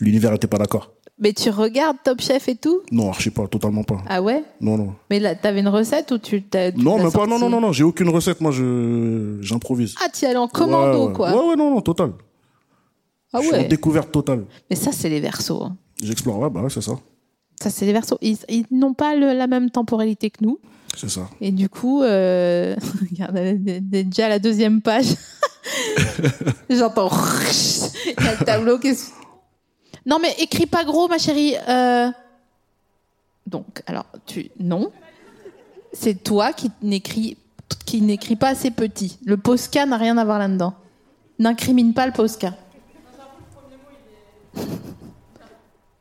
[SPEAKER 4] l'univers était pas d'accord.
[SPEAKER 3] Mais tu regardes Top Chef et tout
[SPEAKER 4] Non, archi pas, totalement pas.
[SPEAKER 3] Ah ouais
[SPEAKER 4] Non, non.
[SPEAKER 3] Mais là, t'avais une recette ou tu t'as. tu
[SPEAKER 4] Non,
[SPEAKER 3] l'as
[SPEAKER 4] mais pas, non,
[SPEAKER 3] sorti
[SPEAKER 4] non, non, non, j'ai aucune recette, moi, je, j'improvise.
[SPEAKER 3] Ah, t'y allais en commando,
[SPEAKER 4] Ouais, ouais.
[SPEAKER 3] quoi.
[SPEAKER 4] Ouais, ouais, non, non, total.
[SPEAKER 3] Ah
[SPEAKER 4] Je suis en
[SPEAKER 3] ouais.
[SPEAKER 4] découverte totale.
[SPEAKER 3] Mais ça, c'est les versos. hein.
[SPEAKER 4] J'explore, ouais, bah ouais, c'est ça.
[SPEAKER 3] Ça, c'est les versos. Ils, ils n'ont pas le- la même temporalité que nous.
[SPEAKER 4] C'est ça.
[SPEAKER 3] Et du coup, euh, <laughs> regarde, elle est déjà à la deuxième page. J'entends. Il y a le tableau qui se- Non, mais écris pas gros, ma chérie. Euh, Donc, alors, tu. Non. C'est toi qui n'écris qui n'écris pas assez petit. Le POSCA n'a rien à voir là-dedans. N'incrimine pas le POSCA. <laughs>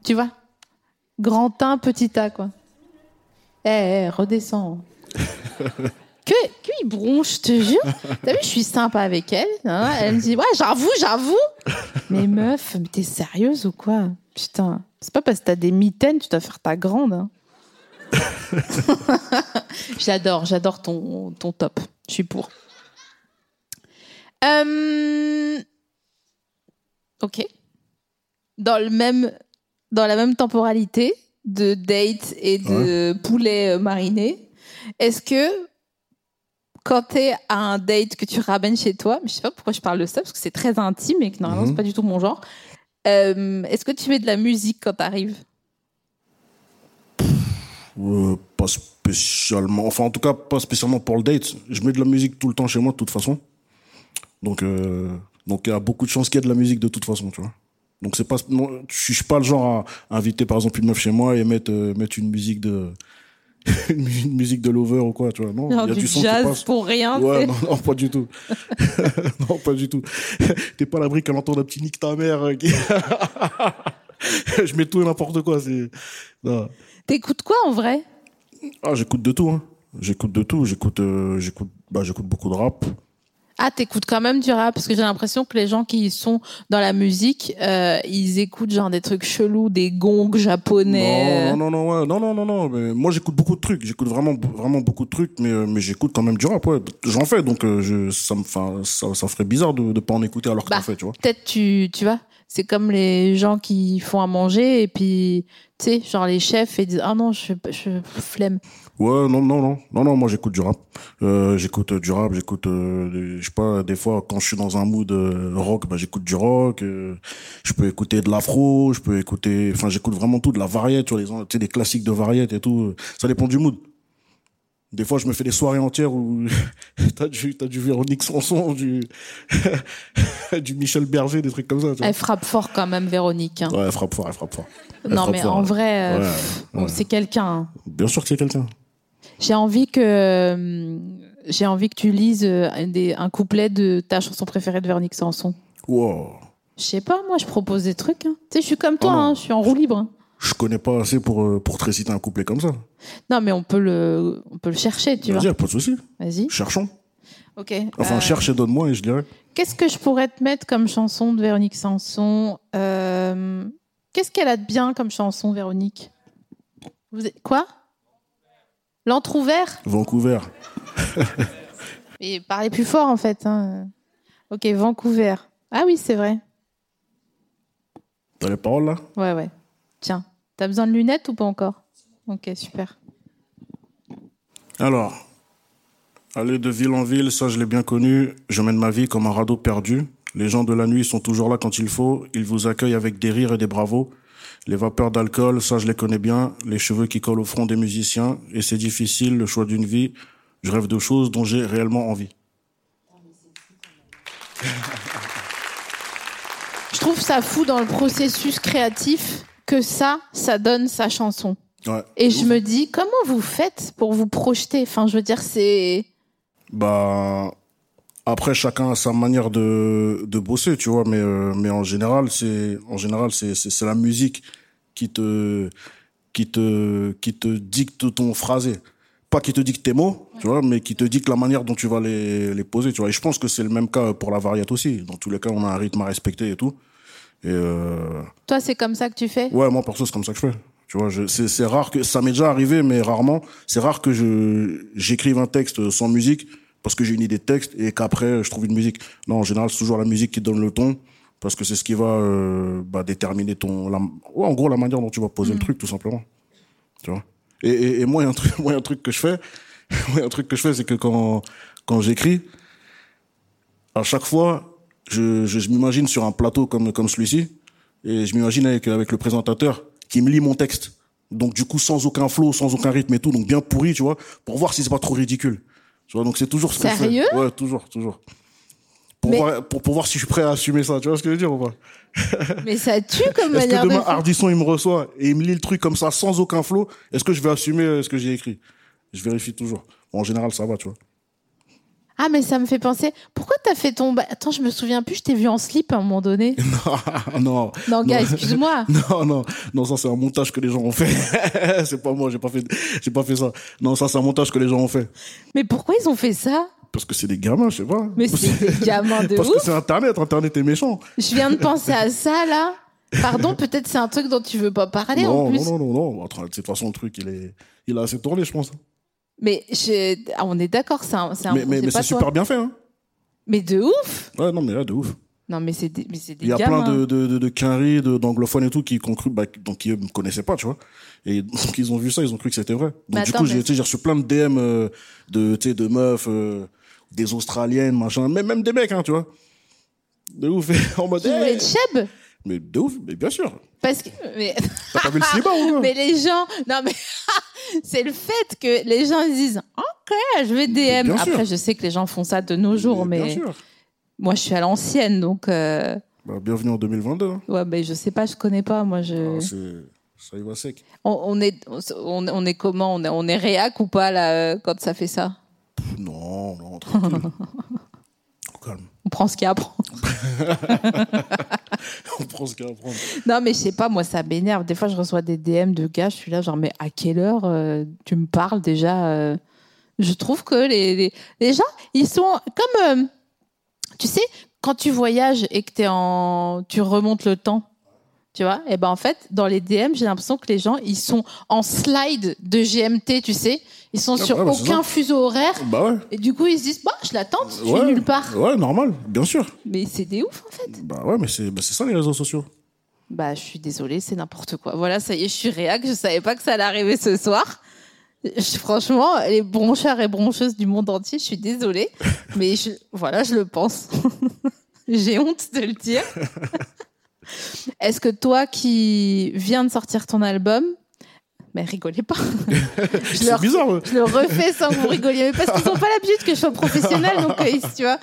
[SPEAKER 3] tu vois Grand teint, petit A, quoi. Eh, eh, redescends. que, que il bronche, je te jure. T'as vu, je suis sympa avec elle. hein. Elle me dit, ouais, j'avoue, j'avoue. mais meuf, mais t'es sérieuse ou quoi Putain, c'est pas parce que t'as des mitaines, tu dois faire ta grande. hein. j'adore, j'adore ton, ton top. Je suis pour. Euh, Ok. Dans le même, dans la même temporalité de date et de poulet euh, mariné, est-ce que quand t'es à un date que tu ramènes chez toi, mais je sais pas pourquoi je parle de ça parce que c'est très intime et que normalement
[SPEAKER 4] Mhm.
[SPEAKER 3] c'est pas du tout mon genre. euh, est-ce que tu mets de la musique quand t'arrives
[SPEAKER 4] Euh, pas spécialement. Enfin, en tout cas, pas spécialement pour le date. Je mets de la musique tout le temps chez moi, de toute façon. Donc, euh, donc il y a beaucoup de chances qu'il y ait de la musique de toute façon, tu vois. Donc, c'est pas, non, je suis pas le genre à inviter, par exemple, une meuf chez moi et mettre, euh, mettre une musique de, <laughs> une mu- une musique de lover ou quoi, tu vois. Non, il y
[SPEAKER 3] Genre
[SPEAKER 4] a du,
[SPEAKER 3] du,
[SPEAKER 4] son qui
[SPEAKER 3] jazz
[SPEAKER 4] passe.
[SPEAKER 3] pour rien. t'sais.
[SPEAKER 4] Ouais, non, non, pas du tout. <laughs> non, pas du tout. T'es pas à l'abri qu'elle entende un petit nique ta mère. euh, qui- <laughs> je mets tout et n'importe quoi. C'est... Non.
[SPEAKER 3] T'écoutes quoi en vrai
[SPEAKER 4] Ah, j'écoute de tout. Hein. J'écoute de tout. J'écoute, euh, j'écoute, bah, j'écoute beaucoup de rap.
[SPEAKER 3] Ah, t'écoutes quand même du rap parce que j'ai l'impression que les gens qui sont dans la musique, euh, ils écoutent genre des trucs chelous, des gongs japonais.
[SPEAKER 4] Non, non, non, non, ouais. non, non, non, non. Mais moi, j'écoute beaucoup de trucs. J'écoute vraiment, vraiment beaucoup de trucs, mais, euh, mais j'écoute quand même du rap. Ouais. J'en fais, donc euh, je, ça me, 'fin, ça, ça ferait bizarre de, de pas en écouter alors que
[SPEAKER 3] Bah.
[SPEAKER 4] j'en fais, tu vois.
[SPEAKER 3] Peut-être tu, tu vois, c'est comme les gens qui font à manger et puis, tu sais, genre les chefs ils disent ah non je, je flemme.
[SPEAKER 4] Ouais, non, non, non, non, non. Moi, j'écoute du rap. Euh, j'écoute euh, du rap. J'écoute, euh, des- je sais pas, des fois, quand je suis dans un mood euh, rock, bah, j'écoute du rock. euh, je peux écouter de l'afro. Je peux écouter, enfin, j'écoute vraiment tout, de la variété, tu vois, les, tu sais, des classiques de variété et tout. Ça dépend du mood. Des fois, je me fais des soirées entières où <laughs> t'as du, t'as du Véronique Sanson, du, <laughs> du Michel Berger, des trucs comme ça. Tu
[SPEAKER 3] Elle frappe fort quand même Véronique. hein.
[SPEAKER 4] vois. Ouais, elle frappe fort, elle frappe fort. Elle
[SPEAKER 3] non
[SPEAKER 4] frappe
[SPEAKER 3] mais
[SPEAKER 4] fort,
[SPEAKER 3] en
[SPEAKER 4] ouais.
[SPEAKER 3] vrai, euh,
[SPEAKER 4] Ouais,
[SPEAKER 3] pff, bon,
[SPEAKER 4] ouais.
[SPEAKER 3] c'est quelqu'un. hein.
[SPEAKER 4] Bien sûr que c'est quelqu'un.
[SPEAKER 3] J'ai envie que hum, j'ai envie que tu lises euh, un, des- un couplet de ta chanson préférée de Véronique Sanson.
[SPEAKER 4] Wow.
[SPEAKER 3] Je sais pas, moi je propose des trucs. hein. Tu sais, je suis comme toi,
[SPEAKER 4] Oh non.
[SPEAKER 3] hein, je suis en roue libre. hein.
[SPEAKER 4] Je connais pas assez pour, euh, pour te réciter un couplet comme ça.
[SPEAKER 3] Non, mais on peut le, on peut le chercher, tu vois.
[SPEAKER 4] Vas-y, y a pas de souci.
[SPEAKER 3] Vas-y.
[SPEAKER 4] Cherchons.
[SPEAKER 3] Ok.
[SPEAKER 4] Enfin,
[SPEAKER 3] euh,
[SPEAKER 4] cherche et donne-moi et je dirais.
[SPEAKER 3] Qu'est-ce que je pourrais te mettre comme chanson de Véronique Sanson Euh, Qu'est-ce qu'elle a de bien comme chanson, Véronique Vous êtes- Quoi L'entrouvert
[SPEAKER 4] Vancouver.
[SPEAKER 3] Et parlez plus fort, en fait. hein. Ok, Vancouver. Ah oui, c'est vrai.
[SPEAKER 4] T'as les paroles là
[SPEAKER 3] Ouais, ouais. Tiens, t'as besoin de lunettes ou pas encore Ok, super.
[SPEAKER 4] Alors, aller de ville en ville, ça je l'ai bien connu. Je mène ma vie comme un radeau perdu. Les gens de la nuit sont toujours là quand il faut. Ils vous accueillent avec des rires et des bravos. Les vapeurs d'alcool, ça je les connais bien. Les cheveux qui collent au front des musiciens. Et c'est difficile, le choix d'une vie. Je rêve de choses dont j'ai réellement envie.
[SPEAKER 3] Je trouve ça fou dans le processus créatif que ça, ça donne sa chanson.
[SPEAKER 4] Ouais.
[SPEAKER 3] Et je me dis, comment vous faites pour vous projeter Enfin, je veux dire, c'est...
[SPEAKER 4] Bah après chacun a sa manière de, de bosser, tu vois, mais euh, mais en général c'est en général c'est c'est c'est la musique qui te qui te qui te dicte ton phrasé, pas qui te dicte tes mots, tu vois, mais qui te dicte la manière dont tu vas les les poser, tu vois. Et je pense que c'est le même cas pour la variate aussi. Dans tous les cas, on a un rythme à respecter et tout. Et euh,
[SPEAKER 3] Toi, c'est comme ça que tu fais
[SPEAKER 4] Ouais, moi perso, c'est comme ça que je fais. Tu vois, je- c'est c'est rare que ça m'est déjà arrivé, mais rarement. C'est rare que je j'écrive un texte sans musique parce que j'ai une idée de texte et qu'après je trouve une musique. Non, en général, c'est toujours la musique qui donne le ton, Parce que c'est ce qui va euh, bah, déterminer ton. la- ouais, en gros, la manière dont tu vas poser le truc, tout simplement. Tu vois et, et- et moi, il y a un truc, <laughs> moi, il y a un truc que je fais. Moi, il y a un truc que je fais, c'est que quand, quand j'écris, à chaque fois, je, je, je m'imagine sur un plateau comme, comme celui-ci, et je m'imagine avec, avec le présentateur qui me lit mon texte. Donc, du coup, sans aucun flow, sans aucun rythme et tout, donc bien pourri, tu vois, pour voir si c'est pas trop ridicule. Tu vois, donc c'est toujours ce qu'on fait.
[SPEAKER 3] Sérieux
[SPEAKER 4] Ouais, toujours, toujours. Pour,
[SPEAKER 3] Mais-
[SPEAKER 4] voir, pour, pour voir si je suis prêt à assumer ça, tu vois ce que je veux dire ou pas
[SPEAKER 3] Mais ça
[SPEAKER 4] <laughs>
[SPEAKER 3] tue comme
[SPEAKER 4] Est-ce
[SPEAKER 3] manière
[SPEAKER 4] que
[SPEAKER 3] de.
[SPEAKER 4] demain,
[SPEAKER 3] faire.
[SPEAKER 4] Ardisson, il me reçoit et il me lit le truc comme ça, sans aucun flow Est-ce que je vais assumer euh, ce que j'ai écrit Je vérifie toujours. Bon, en général, ça va, tu vois. <laughs>
[SPEAKER 3] Ah, mais ça me fait penser. Pourquoi t'as fait ton. ba- Attends, je me souviens plus, je t'ai vu en slip à un moment
[SPEAKER 4] <laughs>
[SPEAKER 3] donné.
[SPEAKER 4] non, non.
[SPEAKER 3] Non, gars, excuse-moi.
[SPEAKER 4] <laughs> Non, non, non, ça c'est un montage que les gens ont fait. <laughs> c'est pas moi, j'ai pas fait, j'ai pas fait ça. Non, ça c'est un montage que les gens ont fait.
[SPEAKER 3] Mais pourquoi ils ont fait ça
[SPEAKER 4] Parce que c'est des gamins, je sais pas.
[SPEAKER 3] Mais c'est
[SPEAKER 4] <laughs>
[SPEAKER 3] des gamins de
[SPEAKER 4] Parce
[SPEAKER 3] ouf.
[SPEAKER 4] que c'est Internet, Internet est méchant.
[SPEAKER 3] Je viens de penser à ça, là.
[SPEAKER 4] <laughs>
[SPEAKER 3] Pardon, peut-être c'est un truc dont tu veux pas parler
[SPEAKER 4] non,
[SPEAKER 3] Ah, en plus.
[SPEAKER 4] non, non, non, non. Attends, De toute façon, le truc, il est, il a assez tourné, je pense.
[SPEAKER 3] Mais je- ah, on est d'accord, c'est un. c'est un-
[SPEAKER 4] mais mais,
[SPEAKER 3] c'est
[SPEAKER 4] mais
[SPEAKER 3] pas
[SPEAKER 4] c'est
[SPEAKER 3] toi.
[SPEAKER 4] super bien fait. Hein.
[SPEAKER 3] Mais de ouf
[SPEAKER 4] Ouais, non, mais là, de ouf.
[SPEAKER 3] Non, mais c'est des, mais c'est des
[SPEAKER 4] Il y a
[SPEAKER 3] gamins.
[SPEAKER 4] plein de, de, de, de quinries, de- d'anglophones et tout qui ont cru, bah, donc qui eux, me connaissaient pas, tu vois. Et <laughs> donc ils ont vu ça, ils ont cru que c'était vrai. Donc
[SPEAKER 3] Mais
[SPEAKER 4] du
[SPEAKER 3] attends,
[SPEAKER 4] coup,
[SPEAKER 3] mais-
[SPEAKER 4] j'ai tu sais, j'ai reçu plein de DM euh, de, tu sais, de meufs, euh, des Australiennes, machin, même, même des mecs, hein, tu vois. De ouf, <laughs> en mode.
[SPEAKER 3] Qui voulaient
[SPEAKER 4] hey
[SPEAKER 3] être cheb
[SPEAKER 4] Mais de ouf, mais bien sûr.
[SPEAKER 3] Parce que.
[SPEAKER 4] <laughs>
[SPEAKER 3] Mais...
[SPEAKER 4] T'as
[SPEAKER 3] <laughs>
[SPEAKER 4] pas vu le cinéma ou quoi
[SPEAKER 3] Mais les gens, non mais <laughs> c'est le fait que les gens ils disent OK, je vais
[SPEAKER 4] Mais
[SPEAKER 3] DM.
[SPEAKER 4] bien sûr.
[SPEAKER 3] Après, je sais que les gens font ça de nos jours, mais,
[SPEAKER 4] Bien sûr.
[SPEAKER 3] moi je suis à l'ancienne, donc euh,
[SPEAKER 4] Bah, bienvenue en 2022. hein.
[SPEAKER 3] ouais, mais je sais pas, je connais pas. Moi, je,
[SPEAKER 4] Ah, c'est- ça y va sec.
[SPEAKER 3] on, on est, on, on est comment on est, on est réac ou pas là euh, quand ça fait ça
[SPEAKER 4] Pff, Non,
[SPEAKER 3] <laughs>
[SPEAKER 4] non, tranquille. Au calme. <laughs>
[SPEAKER 3] On prend ce qu'il y a à prendre.
[SPEAKER 4] On prend ce qu'il y a à prendre.
[SPEAKER 3] Non, mais je sais pas, moi ça m'énerve. Des fois, je reçois des DM de gars, je suis là, genre, mais à quelle heure euh, tu me parles déjà euh Je trouve que les, les, les gens, ils sont comme. euh, tu sais, quand tu voyages et que t'es en, tu remontes le temps, tu vois, et ben en fait, dans les DM, j'ai l'impression que les gens, ils sont en slide de GMT, tu sais, ils sont
[SPEAKER 4] Ah,
[SPEAKER 3] sur
[SPEAKER 4] bah, bah, c'est
[SPEAKER 3] aucun
[SPEAKER 4] ça.
[SPEAKER 3] fuseau horaire.
[SPEAKER 4] Bah ouais.
[SPEAKER 3] Et du coup, ils se disent, bah, je l'attends, je suis
[SPEAKER 4] ouais.
[SPEAKER 3] nulle part.
[SPEAKER 4] Ouais, normal, bien sûr.
[SPEAKER 3] Mais c'est des ouf, en fait.
[SPEAKER 4] Bah ouais, mais c'est bah c'est ça les réseaux sociaux.
[SPEAKER 3] Bah, je suis désolée, c'est n'importe quoi. Voilà, ça y est, je suis réac. Je savais pas que ça allait arriver ce soir. Je- franchement, les broncheurs et broncheuses du monde entier, je suis
[SPEAKER 4] <laughs>
[SPEAKER 3] désolée. Mais je- voilà, je le pense. <laughs> J'ai honte de le
[SPEAKER 4] <laughs>
[SPEAKER 3] dire. Est-ce que toi qui viens de sortir ton album, mais rigolez
[SPEAKER 4] <laughs>
[SPEAKER 3] pas. je, le,
[SPEAKER 4] C'est bizarre. ouais.
[SPEAKER 3] je le refais sans que vous rigoliez. Mais parce qu'ils n'ont pas l'habitude que je sois professionnelle, donc euh, ils- tu vois.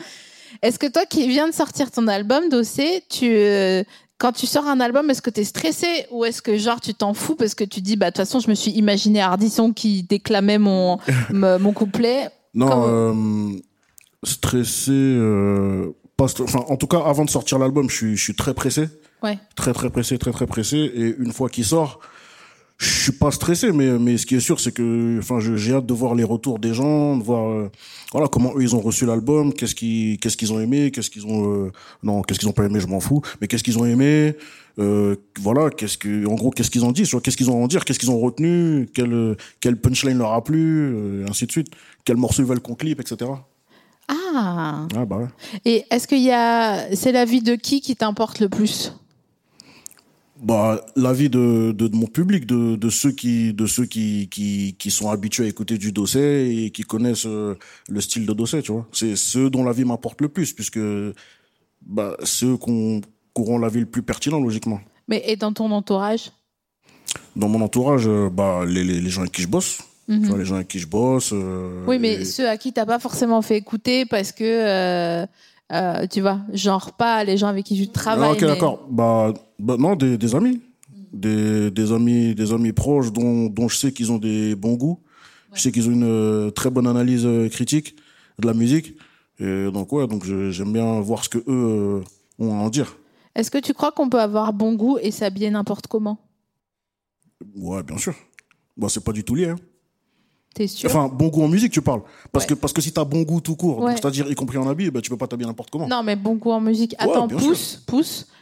[SPEAKER 3] Est-ce que toi qui viens de sortir ton album, Dossé, tu, euh, quand tu sors un album, est-ce que tu es stressé ou est-ce que genre tu t'en fous parce que tu dis, bah de toute façon, je me suis imaginé Hardisson qui déclamait mon, me- mon couplet
[SPEAKER 4] Non,
[SPEAKER 3] Quand-
[SPEAKER 4] euh, stressé. euh, pas stre- enfin, en tout cas, avant de sortir l'album, je suis, je suis très pressé,
[SPEAKER 3] Ouais.
[SPEAKER 4] très très pressé, très très pressé. Et une fois qu'il sort, je suis pas stressé, mais mais ce qui est sûr, c'est que, enfin, je- j'ai hâte de voir les retours des gens, de voir, euh, voilà, comment eux ils ont reçu l'album, qu'est-ce qui, qu'est-ce qu'ils ont aimé, qu'est-ce qu'ils ont, euh, non, qu'est-ce qu'ils ont pas aimé, je m'en fous, mais qu'est-ce qu'ils ont aimé, euh, voilà, qu'est-ce que, en gros, qu'est-ce qu'ils ont dit, sur qu'est-ce qu'ils ont à en dire, qu'est-ce qu'ils ont retenu, quelle euh, quelle punchline leur a plu, euh, ainsi de suite, quel morceau ils veulent qu'on clip, etc.
[SPEAKER 3] Ah
[SPEAKER 4] Ah bah ouais.
[SPEAKER 3] Et est-ce qu'il y a. C'est la vie de qui qui t'importe le plus
[SPEAKER 4] Bah, l'avis de, de, de mon public, de, de ceux qui, de ceux qui, qui, qui sont habitués à écouter du dossier et qui connaissent euh, le style de dossier, tu vois. C'est ceux dont l'avis m'importe le plus, puisque bah, ceux qu'on auront l'avis le plus pertinent, logiquement.
[SPEAKER 3] mais, Et dans ton entourage
[SPEAKER 4] Dans mon entourage, euh, bah, les, les, les gens avec qui je bosse, tu vois, les gens avec qui je bosse. euh,
[SPEAKER 3] Mhm. Oui, mais
[SPEAKER 4] et-
[SPEAKER 3] ceux à qui t'as pas forcément fait écouter parce que, euh, euh, tu vois, genre pas les gens avec qui tu travailles.
[SPEAKER 4] Ah, ok,
[SPEAKER 3] mais-
[SPEAKER 4] d'accord. Bah, bah, non, des, des amis. Des, des amis, des amis proches dont, dont je sais qu'ils ont des bons goûts. Je sais qu'ils ont une euh, très bonne analyse euh, critique de la musique. Et donc, ouais, donc je- j'aime bien voir ce que eux euh, ont à en dire.
[SPEAKER 3] Est-ce que tu crois qu'on peut avoir bon goût et s'habiller n'importe comment
[SPEAKER 4] Ouais, bien sûr. Bah, c'est pas du tout lié. hein.
[SPEAKER 3] T'es sûr
[SPEAKER 4] Enfin, bon goût en musique, tu parles. Parce,
[SPEAKER 3] Ouais.
[SPEAKER 4] que, parce que si t'as bon goût tout court, donc
[SPEAKER 3] Ouais.
[SPEAKER 4] c'est-à-dire y compris en habit, bah, tu peux pas t'habiller n'importe comment.
[SPEAKER 3] Non, mais bon goût en musique. Attends,
[SPEAKER 4] bien
[SPEAKER 3] pousse, pousse,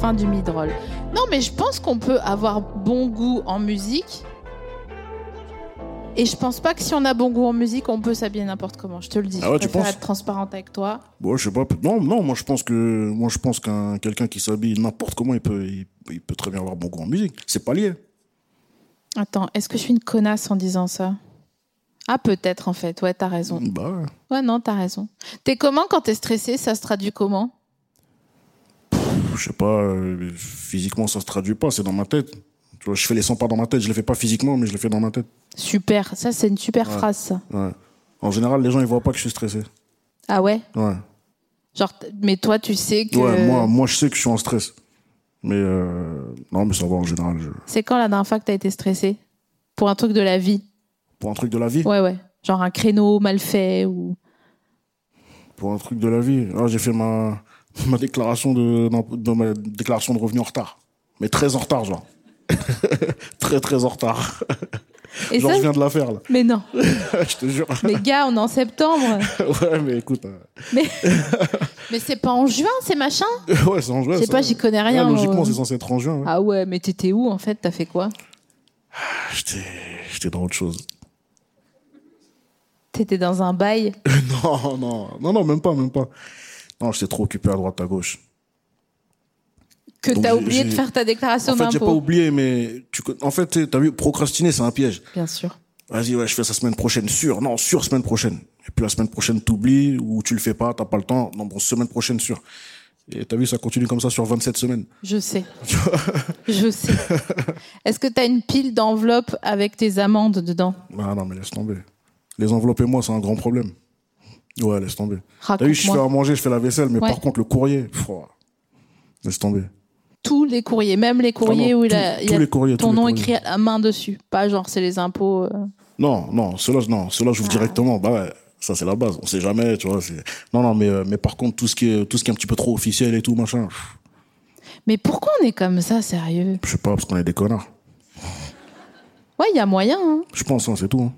[SPEAKER 3] Fin du mid-roll. Non, mais je pense qu'on peut avoir bon goût en musique. Et je pense pas que si on a bon goût en musique, on peut s'habiller n'importe comment. Je te le dis.
[SPEAKER 4] Ah ouais,
[SPEAKER 3] je
[SPEAKER 4] tu
[SPEAKER 3] préfère
[SPEAKER 4] penses
[SPEAKER 3] être transparente avec toi.
[SPEAKER 4] Bon, Bah, je sais pas. peut- Non, non, moi je pense que moi je pense qu'un quelqu'un qui s'habille n'importe comment, il peut, il, il peut très bien avoir bon goût en musique. C'est pas lié.
[SPEAKER 3] Attends, est-ce que je suis une connasse en disant ça Ah, peut-être en fait. Ouais, t'as raison.
[SPEAKER 4] Bah, ouais.
[SPEAKER 3] Ouais, non, t'as raison. T'es comment quand t'es stressé Ça se traduit comment
[SPEAKER 4] je sais pas. euh, physiquement, ça se traduit pas. C'est dans ma tête. Tu vois, je fais les 100 pas dans ma tête. Je les fais pas physiquement, mais je les fais dans ma tête.
[SPEAKER 3] Super. Ça, c'est une super phrase, ça.
[SPEAKER 4] Ouais. En général, les gens ils voient pas que je suis stressé.
[SPEAKER 3] Ah ouais
[SPEAKER 4] Ouais.
[SPEAKER 3] Genre, t- mais toi, tu sais que.
[SPEAKER 4] Ouais. Moi, moi, je sais que je suis en stress. Mais euh, non, mais ça va en général. je-
[SPEAKER 3] C'est quand la dernière fois que t'as été stressé Pour un truc de la vie
[SPEAKER 4] Pour un truc de la vie.
[SPEAKER 3] Ouais, ouais. Genre un créneau mal fait ou.
[SPEAKER 4] Pour un truc de la vie. Ah, j'ai fait ma <laughs> ma déclaration de, de ma déclaration de revenus en retard. Mais très en retard, genre. <laughs> très très en retard.
[SPEAKER 3] Et
[SPEAKER 4] Genre,
[SPEAKER 3] ça,
[SPEAKER 4] je viens de la faire, là. <laughs>
[SPEAKER 3] Mais non.
[SPEAKER 4] je te jure.
[SPEAKER 3] Mais gars, on est en
[SPEAKER 4] <laughs>
[SPEAKER 3] septembre.
[SPEAKER 4] ouais, mais écoute. euh,
[SPEAKER 3] Mais, mais c'est pas en juin, c'est machin
[SPEAKER 4] <laughs> Ouais, c'est en juin.
[SPEAKER 3] Je sais
[SPEAKER 4] ça.
[SPEAKER 3] pas, j'y connais rien.
[SPEAKER 4] Ouais,
[SPEAKER 3] moi.
[SPEAKER 4] logiquement, c'est censé être hein. en juin. ouais.
[SPEAKER 3] Ah ouais, mais t'étais où en fait T'as fait quoi
[SPEAKER 4] J'étais j'étais dans autre chose.
[SPEAKER 3] T'étais dans un bail
[SPEAKER 4] <laughs> non, non, non, non, même pas, même pas. Non, j'étais trop occupé à droite, à gauche.
[SPEAKER 3] que
[SPEAKER 4] Donc,
[SPEAKER 3] t'as
[SPEAKER 4] j'ai-
[SPEAKER 3] oublié de
[SPEAKER 4] j'ai-
[SPEAKER 3] faire ta déclaration
[SPEAKER 4] en fait, j'ai pas
[SPEAKER 3] d'impôt.
[SPEAKER 4] oublié, mais tu, co- en fait, t'sais, t'as vu, procrastiner, c'est un piège.
[SPEAKER 3] Bien sûr.
[SPEAKER 4] Vas-y, ouais, je fais ça semaine prochaine, sûr. Non, sûr, semaine prochaine. Et puis la semaine prochaine, t'oublies ou tu le fais pas, t'as pas le temps. Non, bon, semaine prochaine, sûr. Et t'as vu, ça continue comme ça sur 27 semaines.
[SPEAKER 3] Je sais. Je sais. Est-ce que t'as une pile d'enveloppes avec tes amendes dedans
[SPEAKER 4] Ah non, mais laisse tomber. Les enveloppes et moi, c'est un grand problème. Ouais, laisse tomber. T'as vu, je
[SPEAKER 3] Raconte-moi.
[SPEAKER 4] fais à manger, je fais la vaisselle, mais
[SPEAKER 3] Ouais.
[SPEAKER 4] par contre, le courrier, pff, ouah, laisse tomber.
[SPEAKER 3] Tous les courriers, même les courriers
[SPEAKER 4] Vraiment,
[SPEAKER 3] où il
[SPEAKER 4] tous-
[SPEAKER 3] a, il
[SPEAKER 4] tous
[SPEAKER 3] y a
[SPEAKER 4] les courriers,
[SPEAKER 3] ton
[SPEAKER 4] tous les
[SPEAKER 3] nom
[SPEAKER 4] courriers.
[SPEAKER 3] écrit à la main dessus. Pas genre c'est les impôts. euh.
[SPEAKER 4] Non, non, cela, non, cela,
[SPEAKER 3] Ah.
[SPEAKER 4] j'ouvre directement. Bah ouais, ça, c'est la base. On sait jamais, tu vois. c'est- Non, non, mais, euh, mais par contre, tout ce, qui est, tout ce qui est un petit peu trop officiel et tout, machin, pff,
[SPEAKER 3] Mais pourquoi on est comme ça, sérieux
[SPEAKER 4] je sais pas, parce qu'on est des connards.
[SPEAKER 3] Ouais, il y a moyen. hein.
[SPEAKER 4] Je pense, hein, c'est tout. hein.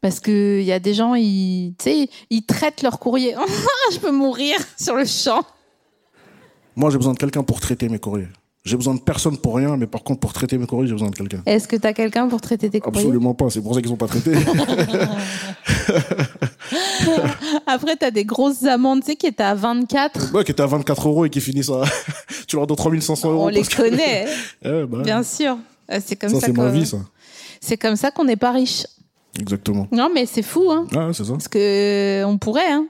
[SPEAKER 3] Parce que y a des gens, ils, tu sais, ils traitent leur courrier. <laughs> je peux mourir sur le champ.
[SPEAKER 4] Moi, j'ai besoin de quelqu'un pour traiter mes courriers. J'ai besoin de personne pour rien, mais par contre, pour traiter mes courriers, j'ai besoin de quelqu'un.
[SPEAKER 3] Est-ce que t'as quelqu'un pour traiter tes courriers
[SPEAKER 4] Absolument pas, c'est pour ça qu'ils sont pas traités.
[SPEAKER 3] Après, t'as des grosses amendes, tu sais, qui étaient à 24.
[SPEAKER 4] ouais, qui étaient à 24 euros et qui finissent à. <laughs> tu leur donnes 3500 euros.
[SPEAKER 3] On les
[SPEAKER 4] parce que-
[SPEAKER 3] connaît,
[SPEAKER 4] <laughs> Eh, bah,
[SPEAKER 3] bien sûr. Euh, C'est comme
[SPEAKER 4] ça,
[SPEAKER 3] ça,
[SPEAKER 4] c'est ma
[SPEAKER 3] qu'on-
[SPEAKER 4] vie, ça.
[SPEAKER 3] c'est comme ça qu'on n'est pas riche.
[SPEAKER 4] Exactement.
[SPEAKER 3] Non, mais c'est fou, hein.
[SPEAKER 4] Ah, c'est ça.
[SPEAKER 3] Parce que on pourrait, hein.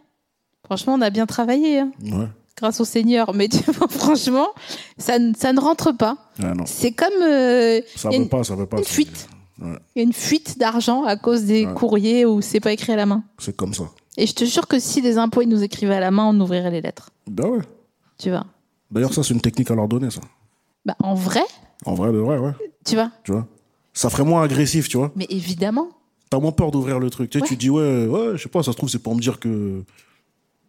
[SPEAKER 3] Franchement, on a bien travaillé, hein,
[SPEAKER 4] Ouais.
[SPEAKER 3] grâce au Seigneur. Mais <laughs> tu vois, franchement, ça, ne- ça ne rentre pas.
[SPEAKER 4] Ah, non.
[SPEAKER 3] C'est comme euh,
[SPEAKER 4] Ça
[SPEAKER 3] il y a
[SPEAKER 4] veut
[SPEAKER 3] une-
[SPEAKER 4] pas, ça veut pas.
[SPEAKER 3] une
[SPEAKER 4] c'est-
[SPEAKER 3] fuite.
[SPEAKER 4] Ouais.
[SPEAKER 3] Il y a une fuite d'argent à cause des courriers où c'est pas écrit à la main.
[SPEAKER 4] C'est comme ça.
[SPEAKER 3] Et je te jure que si les impôts ils nous écrivaient à la main, on ouvrirait les lettres.
[SPEAKER 4] Ben ouais.
[SPEAKER 3] Tu vois.
[SPEAKER 4] D'ailleurs, ça, c'est une technique à leur donner, ça.
[SPEAKER 3] Bah en vrai,
[SPEAKER 4] En vrai, de vrai, ouais.
[SPEAKER 3] tu vois.
[SPEAKER 4] Tu vois Ça ferait moins agressif, tu vois
[SPEAKER 3] Mais évidemment.
[SPEAKER 4] T'as moins peur d'ouvrir le truc. Tu sais,
[SPEAKER 3] Ouais.
[SPEAKER 4] tu dis, ouais, ouais, je sais pas, ça se trouve, c'est pour me dire que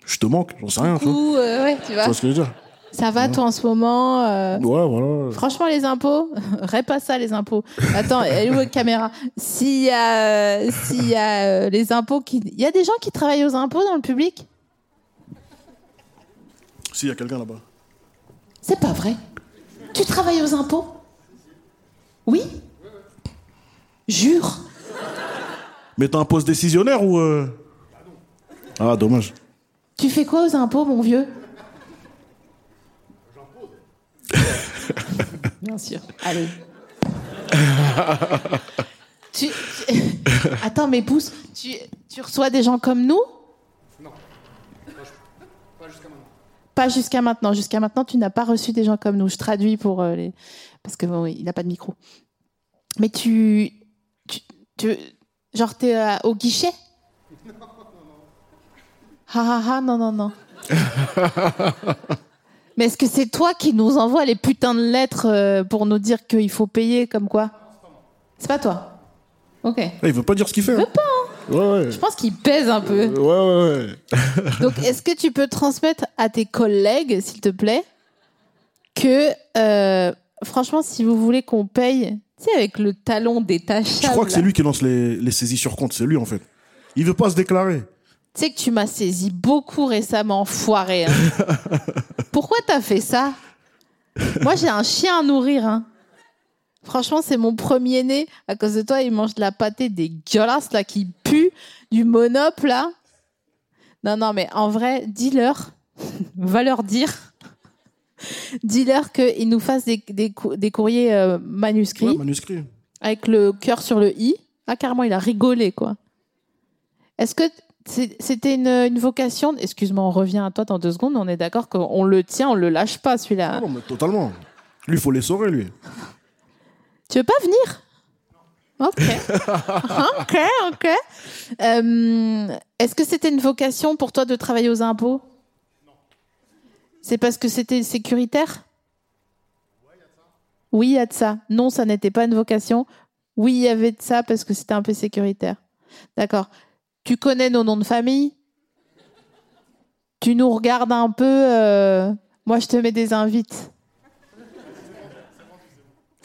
[SPEAKER 4] je te manque, j'en sais rien, tu vois.
[SPEAKER 3] Ou euh, ouais, tu
[SPEAKER 4] Tu
[SPEAKER 3] vois.
[SPEAKER 4] vois ce que je veux dire
[SPEAKER 3] Ça va toi en ce moment euh,
[SPEAKER 4] Ouais, voilà.
[SPEAKER 3] Franchement, les impôts, <laughs> répète pas ça, les impôts. Attends, <laughs> elle est où votre caméra S'il y a, euh, s'il y a euh, les impôts qui. Il y a des gens qui travaillent aux impôts dans le public
[SPEAKER 4] Si, y a quelqu'un là-bas.
[SPEAKER 3] C'est pas vrai. Tu travailles aux impôts Oui Jure
[SPEAKER 4] Mais t'as un poste décisionnaire ou. euh Ah, dommage.
[SPEAKER 3] Tu fais quoi aux impôts, mon vieux Bien sûr. Allez. tu, tu- Attends, mais pousse, tu, tu reçois des gens comme nous Non. Pas jusqu'à maintenant. Pas jusqu'à maintenant. Jusqu'à maintenant, tu n'as pas reçu des gens comme nous. Je traduis pour euh, les... Parce que bon, il n'a pas de micro. Mais tu... tu, tu genre, t'es euh, au guichet ha ha ha, non, non, <laughs> non. Mais est-ce que c'est toi qui nous envoie les putains de lettres euh, pour nous dire qu'il faut payer comme quoi C'est pas toi. Ok.
[SPEAKER 4] Ah, Eh, il veut pas dire ce qu'il fait. Il veut pas, Ouais, ouais.
[SPEAKER 3] Je pense qu'il pèse un peu.
[SPEAKER 4] Euh. Ouais, ouais, ouais.
[SPEAKER 3] Donc, est-ce que tu peux transmettre à tes collègues, s'il te plaît, que euh, franchement, si vous voulez qu'on paye, tu sais, avec le talon détachable,
[SPEAKER 4] Je crois que c'est
[SPEAKER 3] là,
[SPEAKER 4] lui qui lance les, les saisies sur compte, c'est lui en fait. Il veut pas se déclarer.
[SPEAKER 3] tu sais que tu m'as saisi beaucoup récemment, foiré. hein. Pourquoi t'as fait ça Moi, j'ai un chien à nourrir. hein. Franchement, c'est mon premier né. À cause de toi, il mange de la pâtée dégueulasse là qui pue, du monop là. Non, non, mais en vrai, dis-leur, <laughs> va leur dire, <laughs> dis-leur qu'ils nous fassent des, des cou- des courriers euh, manuscrits
[SPEAKER 4] Ouais, manuscrit.
[SPEAKER 3] avec le cœur sur le i. Ah, carrément, il a rigolé, quoi. Est-ce que c'est- c'était une, une vocation Excuse-moi, on revient à toi dans deux secondes. On est d'accord qu'on le tient, on le lâche pas,
[SPEAKER 4] Ah
[SPEAKER 3] celui-là.
[SPEAKER 4] non, mais totalement. Lui, faut les sauver, lui.
[SPEAKER 3] Tu veux pas venir Ok. ok, ok. Euh, Est-ce que c'était une vocation pour toi de travailler aux impôts C'est parce que c'était sécuritaire Oui, il y a de ça. Non, ça n'était pas une vocation. Oui, il y avait de ça parce que c'était un peu sécuritaire. D'accord. Tu connais nos noms de famille Tu nous regardes un peu euh, Moi, je te mets des invites.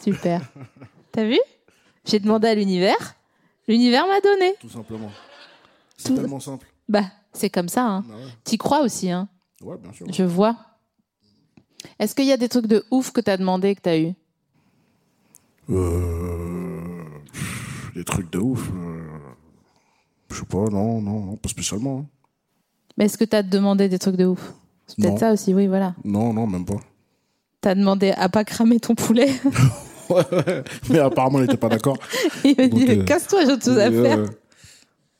[SPEAKER 3] Super. T'as vu J'ai demandé à l'univers. L'univers m'a donné.
[SPEAKER 4] Tout simplement. C'est
[SPEAKER 3] Tout-
[SPEAKER 4] tellement simple.
[SPEAKER 3] Bah, c'est comme ça. Hein.
[SPEAKER 4] Bah ouais.
[SPEAKER 3] T'y crois aussi, hein
[SPEAKER 4] ouais, bien sûr.
[SPEAKER 3] Je vois. Est-ce qu'il y a des trucs de ouf que t'as demandé et que t'as eu
[SPEAKER 4] Euh, pff, Des trucs de ouf. euh, Je sais pas, non, non, non, pas spécialement. hein.
[SPEAKER 3] Mais est-ce que t'as demandé des trucs de ouf C'est peut-être
[SPEAKER 4] Non.
[SPEAKER 3] ça aussi, oui, voilà.
[SPEAKER 4] Non, non, même pas. <laughs>
[SPEAKER 3] T'as demandé à pas cramer ton poulet. <laughs>
[SPEAKER 4] Mais apparemment, il était pas d'accord.
[SPEAKER 3] Il m'a dit,
[SPEAKER 4] Donc, euh,
[SPEAKER 3] casse-toi, j'ai autre chose à
[SPEAKER 4] Euh,
[SPEAKER 3] faire.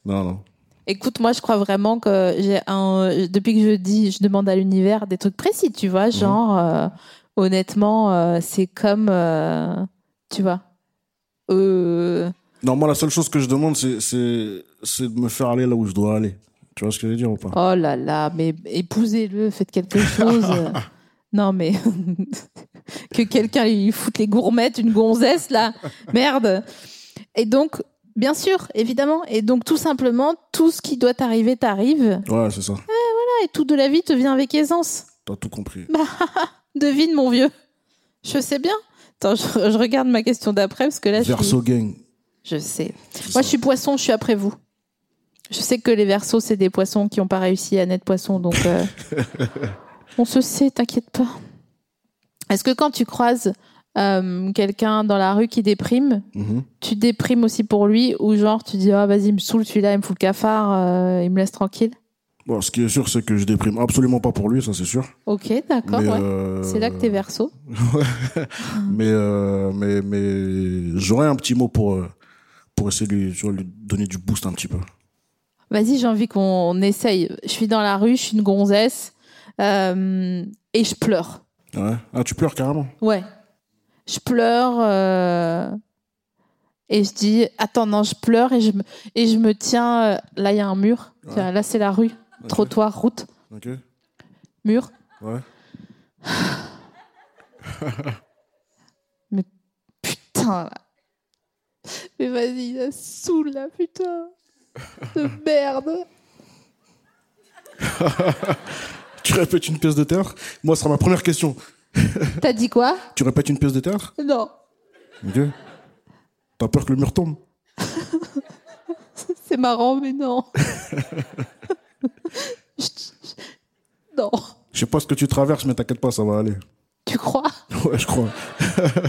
[SPEAKER 4] Non, non.
[SPEAKER 3] Écoute, moi, je crois vraiment que j'ai un. euh, Depuis que je dis, je demande à l'univers des trucs précis, tu vois, genre, euh, honnêtement, euh, c'est comme, euh, tu vois. Euh,
[SPEAKER 4] Non, moi, la seule chose que je demande, c'est- c'est c'est de me faire aller là où je dois aller. Tu vois ce que je veux dire ou pas
[SPEAKER 3] oh là là, mais épousez-le, faites quelque chose. non, mais <laughs> que quelqu'un lui foute les gourmettes, une gonzesse là, merde. Et donc, bien sûr, évidemment, et donc tout simplement, tout ce qui doit t'arriver t'arrive,
[SPEAKER 4] Ouais, c'est ça.
[SPEAKER 3] et tout de la vie te vient avec aisance.
[SPEAKER 4] T'as tout compris.
[SPEAKER 3] Devine, mon vieux. Je sais bien. Attends, je, je regarde ma question d'après parce que là, je,
[SPEAKER 4] Verso gang.
[SPEAKER 3] je sais.
[SPEAKER 4] c'est
[SPEAKER 3] Moi,
[SPEAKER 4] ça.
[SPEAKER 3] je suis poisson, je suis après vous. Je sais que les versos, c'est des poissons qui n'ont pas réussi à naître poisson, donc
[SPEAKER 4] <laughs>
[SPEAKER 3] euh, on se sait, t'inquiète pas. Est-ce que quand tu croises euh, quelqu'un dans la rue qui déprime,
[SPEAKER 4] Mhm.
[SPEAKER 3] tu déprimes aussi pour lui ou genre tu dis ah vas-y il me saoule celui-là, il me fout le cafard, euh, il me laisse tranquille.
[SPEAKER 4] Bon, ce qui est sûr, c'est que je déprime absolument pas pour lui, ça c'est sûr.
[SPEAKER 3] Ok, d'accord.
[SPEAKER 4] Mais,
[SPEAKER 3] ouais.
[SPEAKER 4] euh,
[SPEAKER 3] C'est là que t'es verso.
[SPEAKER 4] Mais, euh, mais, mais j'aurais un petit mot pour, euh, pour essayer de lui, tu vois, lui donner du boost un petit peu.
[SPEAKER 3] Vas-y, j'ai envie qu'on essaye. Je suis dans la rue, je suis une gonzesse euh, et je pleure.
[SPEAKER 4] Ouais. Ah, tu pleures carrément
[SPEAKER 3] Ouais. Je pleure euh, et je dis Attends, non, je pleure et je me, et je me tiens. euh, là, il y a un mur. Tiens, Là, c'est la rue,
[SPEAKER 4] Ok.
[SPEAKER 3] trottoir, route,
[SPEAKER 4] Ok.
[SPEAKER 3] mur.
[SPEAKER 4] Ouais. <laughs>
[SPEAKER 3] Putain, là. Mais vas-y, ça saoule, là, putain. De merde.
[SPEAKER 4] Tu répètes une pièce de théâtre Moi, ce sera ma première question.
[SPEAKER 3] T'as dit quoi
[SPEAKER 4] Tu répètes une pièce de théâtre
[SPEAKER 3] Non,
[SPEAKER 4] Ok. T'as peur que le mur tombe
[SPEAKER 3] c'est marrant, mais non. <laughs> Je- je- non.
[SPEAKER 4] Je sais pas ce que tu traverses, mais t'inquiète pas, ça va aller. <laughs>
[SPEAKER 3] Tu crois
[SPEAKER 4] Ouais, je crois.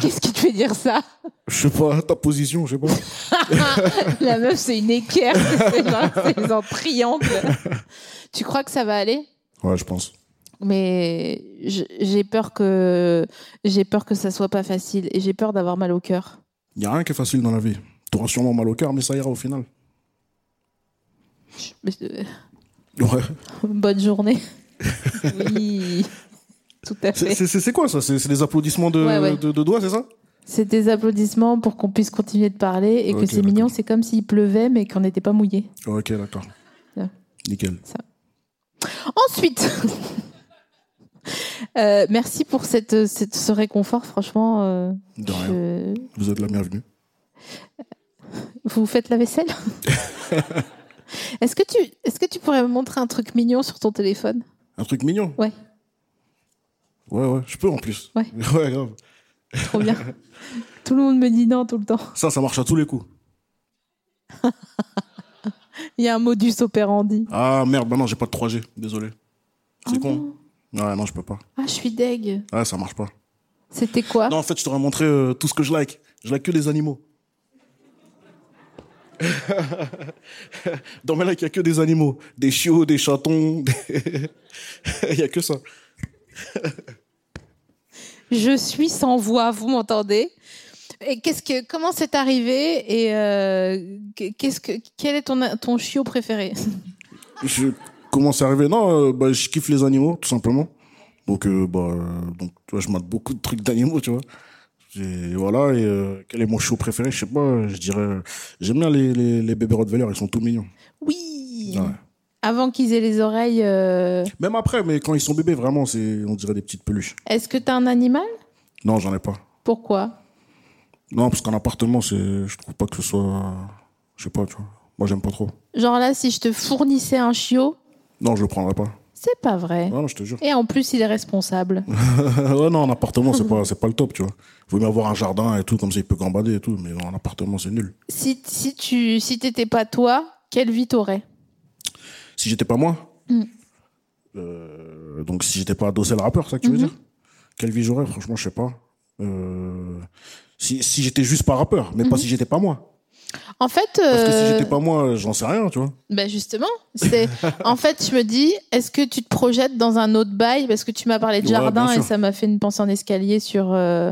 [SPEAKER 3] Qu'est-ce qui te fait dire ça
[SPEAKER 4] Je sais pas, ta position, je sais pas.
[SPEAKER 3] La meuf, c'est une équerre, c'est un- c'est en triangle. Tu crois que ça va aller
[SPEAKER 4] Ouais, je pense.
[SPEAKER 3] Mais je- j'ai peur que j'ai peur que ça soit pas facile et j'ai peur d'avoir mal au cœur.
[SPEAKER 4] Y a rien qui est facile dans la vie. T'auras sûrement mal au cœur, mais ça ira au final.
[SPEAKER 3] Je- mais, euh,
[SPEAKER 4] Ouais.
[SPEAKER 3] Bonne
[SPEAKER 4] <laughs>
[SPEAKER 3] journée. Oui, tout à
[SPEAKER 4] C'est-
[SPEAKER 3] fait.
[SPEAKER 4] C'est c'est- c'est quoi ça C'est c'est des applaudissements de,
[SPEAKER 3] Ouais, ouais.
[SPEAKER 4] de, de doigts, c'est ça
[SPEAKER 3] C'est des applaudissements pour qu'on puisse continuer de parler et que
[SPEAKER 4] Ok,
[SPEAKER 3] c'est mignon.
[SPEAKER 4] d'accord.
[SPEAKER 3] C'est comme s'il pleuvait mais qu'on n'était pas mouillé.
[SPEAKER 4] Ok, d'accord.
[SPEAKER 3] Là.
[SPEAKER 4] Nickel.
[SPEAKER 3] Ensuite, <laughs> euh, merci pour cette, cette- ce réconfort. Franchement, euh,
[SPEAKER 4] De rien.
[SPEAKER 3] je-
[SPEAKER 4] Vous êtes la bienvenue.
[SPEAKER 3] Vous faites la vaisselle Est-ce que, tu, est-ce que tu pourrais me montrer un truc mignon sur ton téléphone
[SPEAKER 4] Un truc mignon.
[SPEAKER 3] Ouais,
[SPEAKER 4] Ouais, ouais, je peux en plus.
[SPEAKER 3] Ouais.
[SPEAKER 4] <laughs> ouais, grave.
[SPEAKER 3] trop bien. tout le monde me dit non tout le temps.
[SPEAKER 4] Ça, ça marche à tous les coups.
[SPEAKER 3] Il y a un modus operandi.
[SPEAKER 4] Ah merde, bah non, j'ai pas de 3G, désolé. C'est
[SPEAKER 3] Oh
[SPEAKER 4] con. hein. Ouais, non, je peux pas.
[SPEAKER 3] Ah, je suis deg.
[SPEAKER 4] Ouais, ça marche pas.
[SPEAKER 3] C'était quoi
[SPEAKER 4] Non, en fait, je t'aurais montré euh, tout ce que je like. Je like que les animaux. Dans mes likes, il n'y a que des animaux. Des chiots, des chatons. des- <laughs> Il n'y a que ça.
[SPEAKER 3] Je suis sans voix, vous m'entendez Et qu'est-ce que comment c'est arrivé et euh, qu'est-ce que quel est ton ton chiot préféré
[SPEAKER 4] Je... Comment c'est arrivé Non, euh, bah, je kiffe les animaux, tout simplement. Donc, euh, bah, euh, donc tu vois, je mate beaucoup de trucs d'animaux, tu vois. Et voilà, et euh, quel est mon chiot préféré Je sais pas, euh, je dirais... euh, J'aime bien les, les, les bébés Rottweiler, ils sont tout mignons.
[SPEAKER 3] Oui.
[SPEAKER 4] Ouais.
[SPEAKER 3] Avant qu'ils aient les oreilles, euh,
[SPEAKER 4] Même après, mais quand ils sont bébés, vraiment, c'est on dirait des petites peluches.
[SPEAKER 3] est-ce que t'as un animal
[SPEAKER 4] Non, j'en ai pas.
[SPEAKER 3] Pourquoi
[SPEAKER 4] Non, parce qu'en appartement, c'est, je trouve pas que ce soit, je sais pas, tu vois. Moi, j'aime pas trop.
[SPEAKER 3] Genre là, si je te fournissais un chiot,
[SPEAKER 4] Non, je le prendrais pas.
[SPEAKER 3] c'est pas vrai.
[SPEAKER 4] Non, je te jure. <laughs>
[SPEAKER 3] Et en plus, il est responsable.
[SPEAKER 4] ouais, non, en appartement, c'est pas, c'est pas le top, tu vois. Vaut mieux avoir un jardin et tout, comme ça, il peut gambader et tout. Mais en appartement, c'est nul.
[SPEAKER 3] si si tu si t'étais pas toi, quelle vie t'aurais
[SPEAKER 4] Si j'étais pas moi.
[SPEAKER 3] Mm.
[SPEAKER 4] euh, donc, si j'étais pas adossé à le rappeur, c'est ça que tu
[SPEAKER 3] Mm-hmm.
[SPEAKER 4] veux dire Quelle vie j'aurais Franchement, je sais pas. Euh, si, si j'étais juste pas rappeur, mais pas si j'étais pas moi.
[SPEAKER 3] En fait,
[SPEAKER 4] Parce que si
[SPEAKER 3] Mm-hmm. euh,
[SPEAKER 4] j'étais pas moi, j'en sais rien, tu vois.
[SPEAKER 3] Ben justement, c'est en fait, je me dis, est-ce que tu te projettes dans un autre bail parce que tu m'as parlé de
[SPEAKER 4] Ouais,
[SPEAKER 3] jardin
[SPEAKER 4] bien
[SPEAKER 3] et
[SPEAKER 4] sûr.
[SPEAKER 3] ça m'a fait une pensée en escalier sur euh,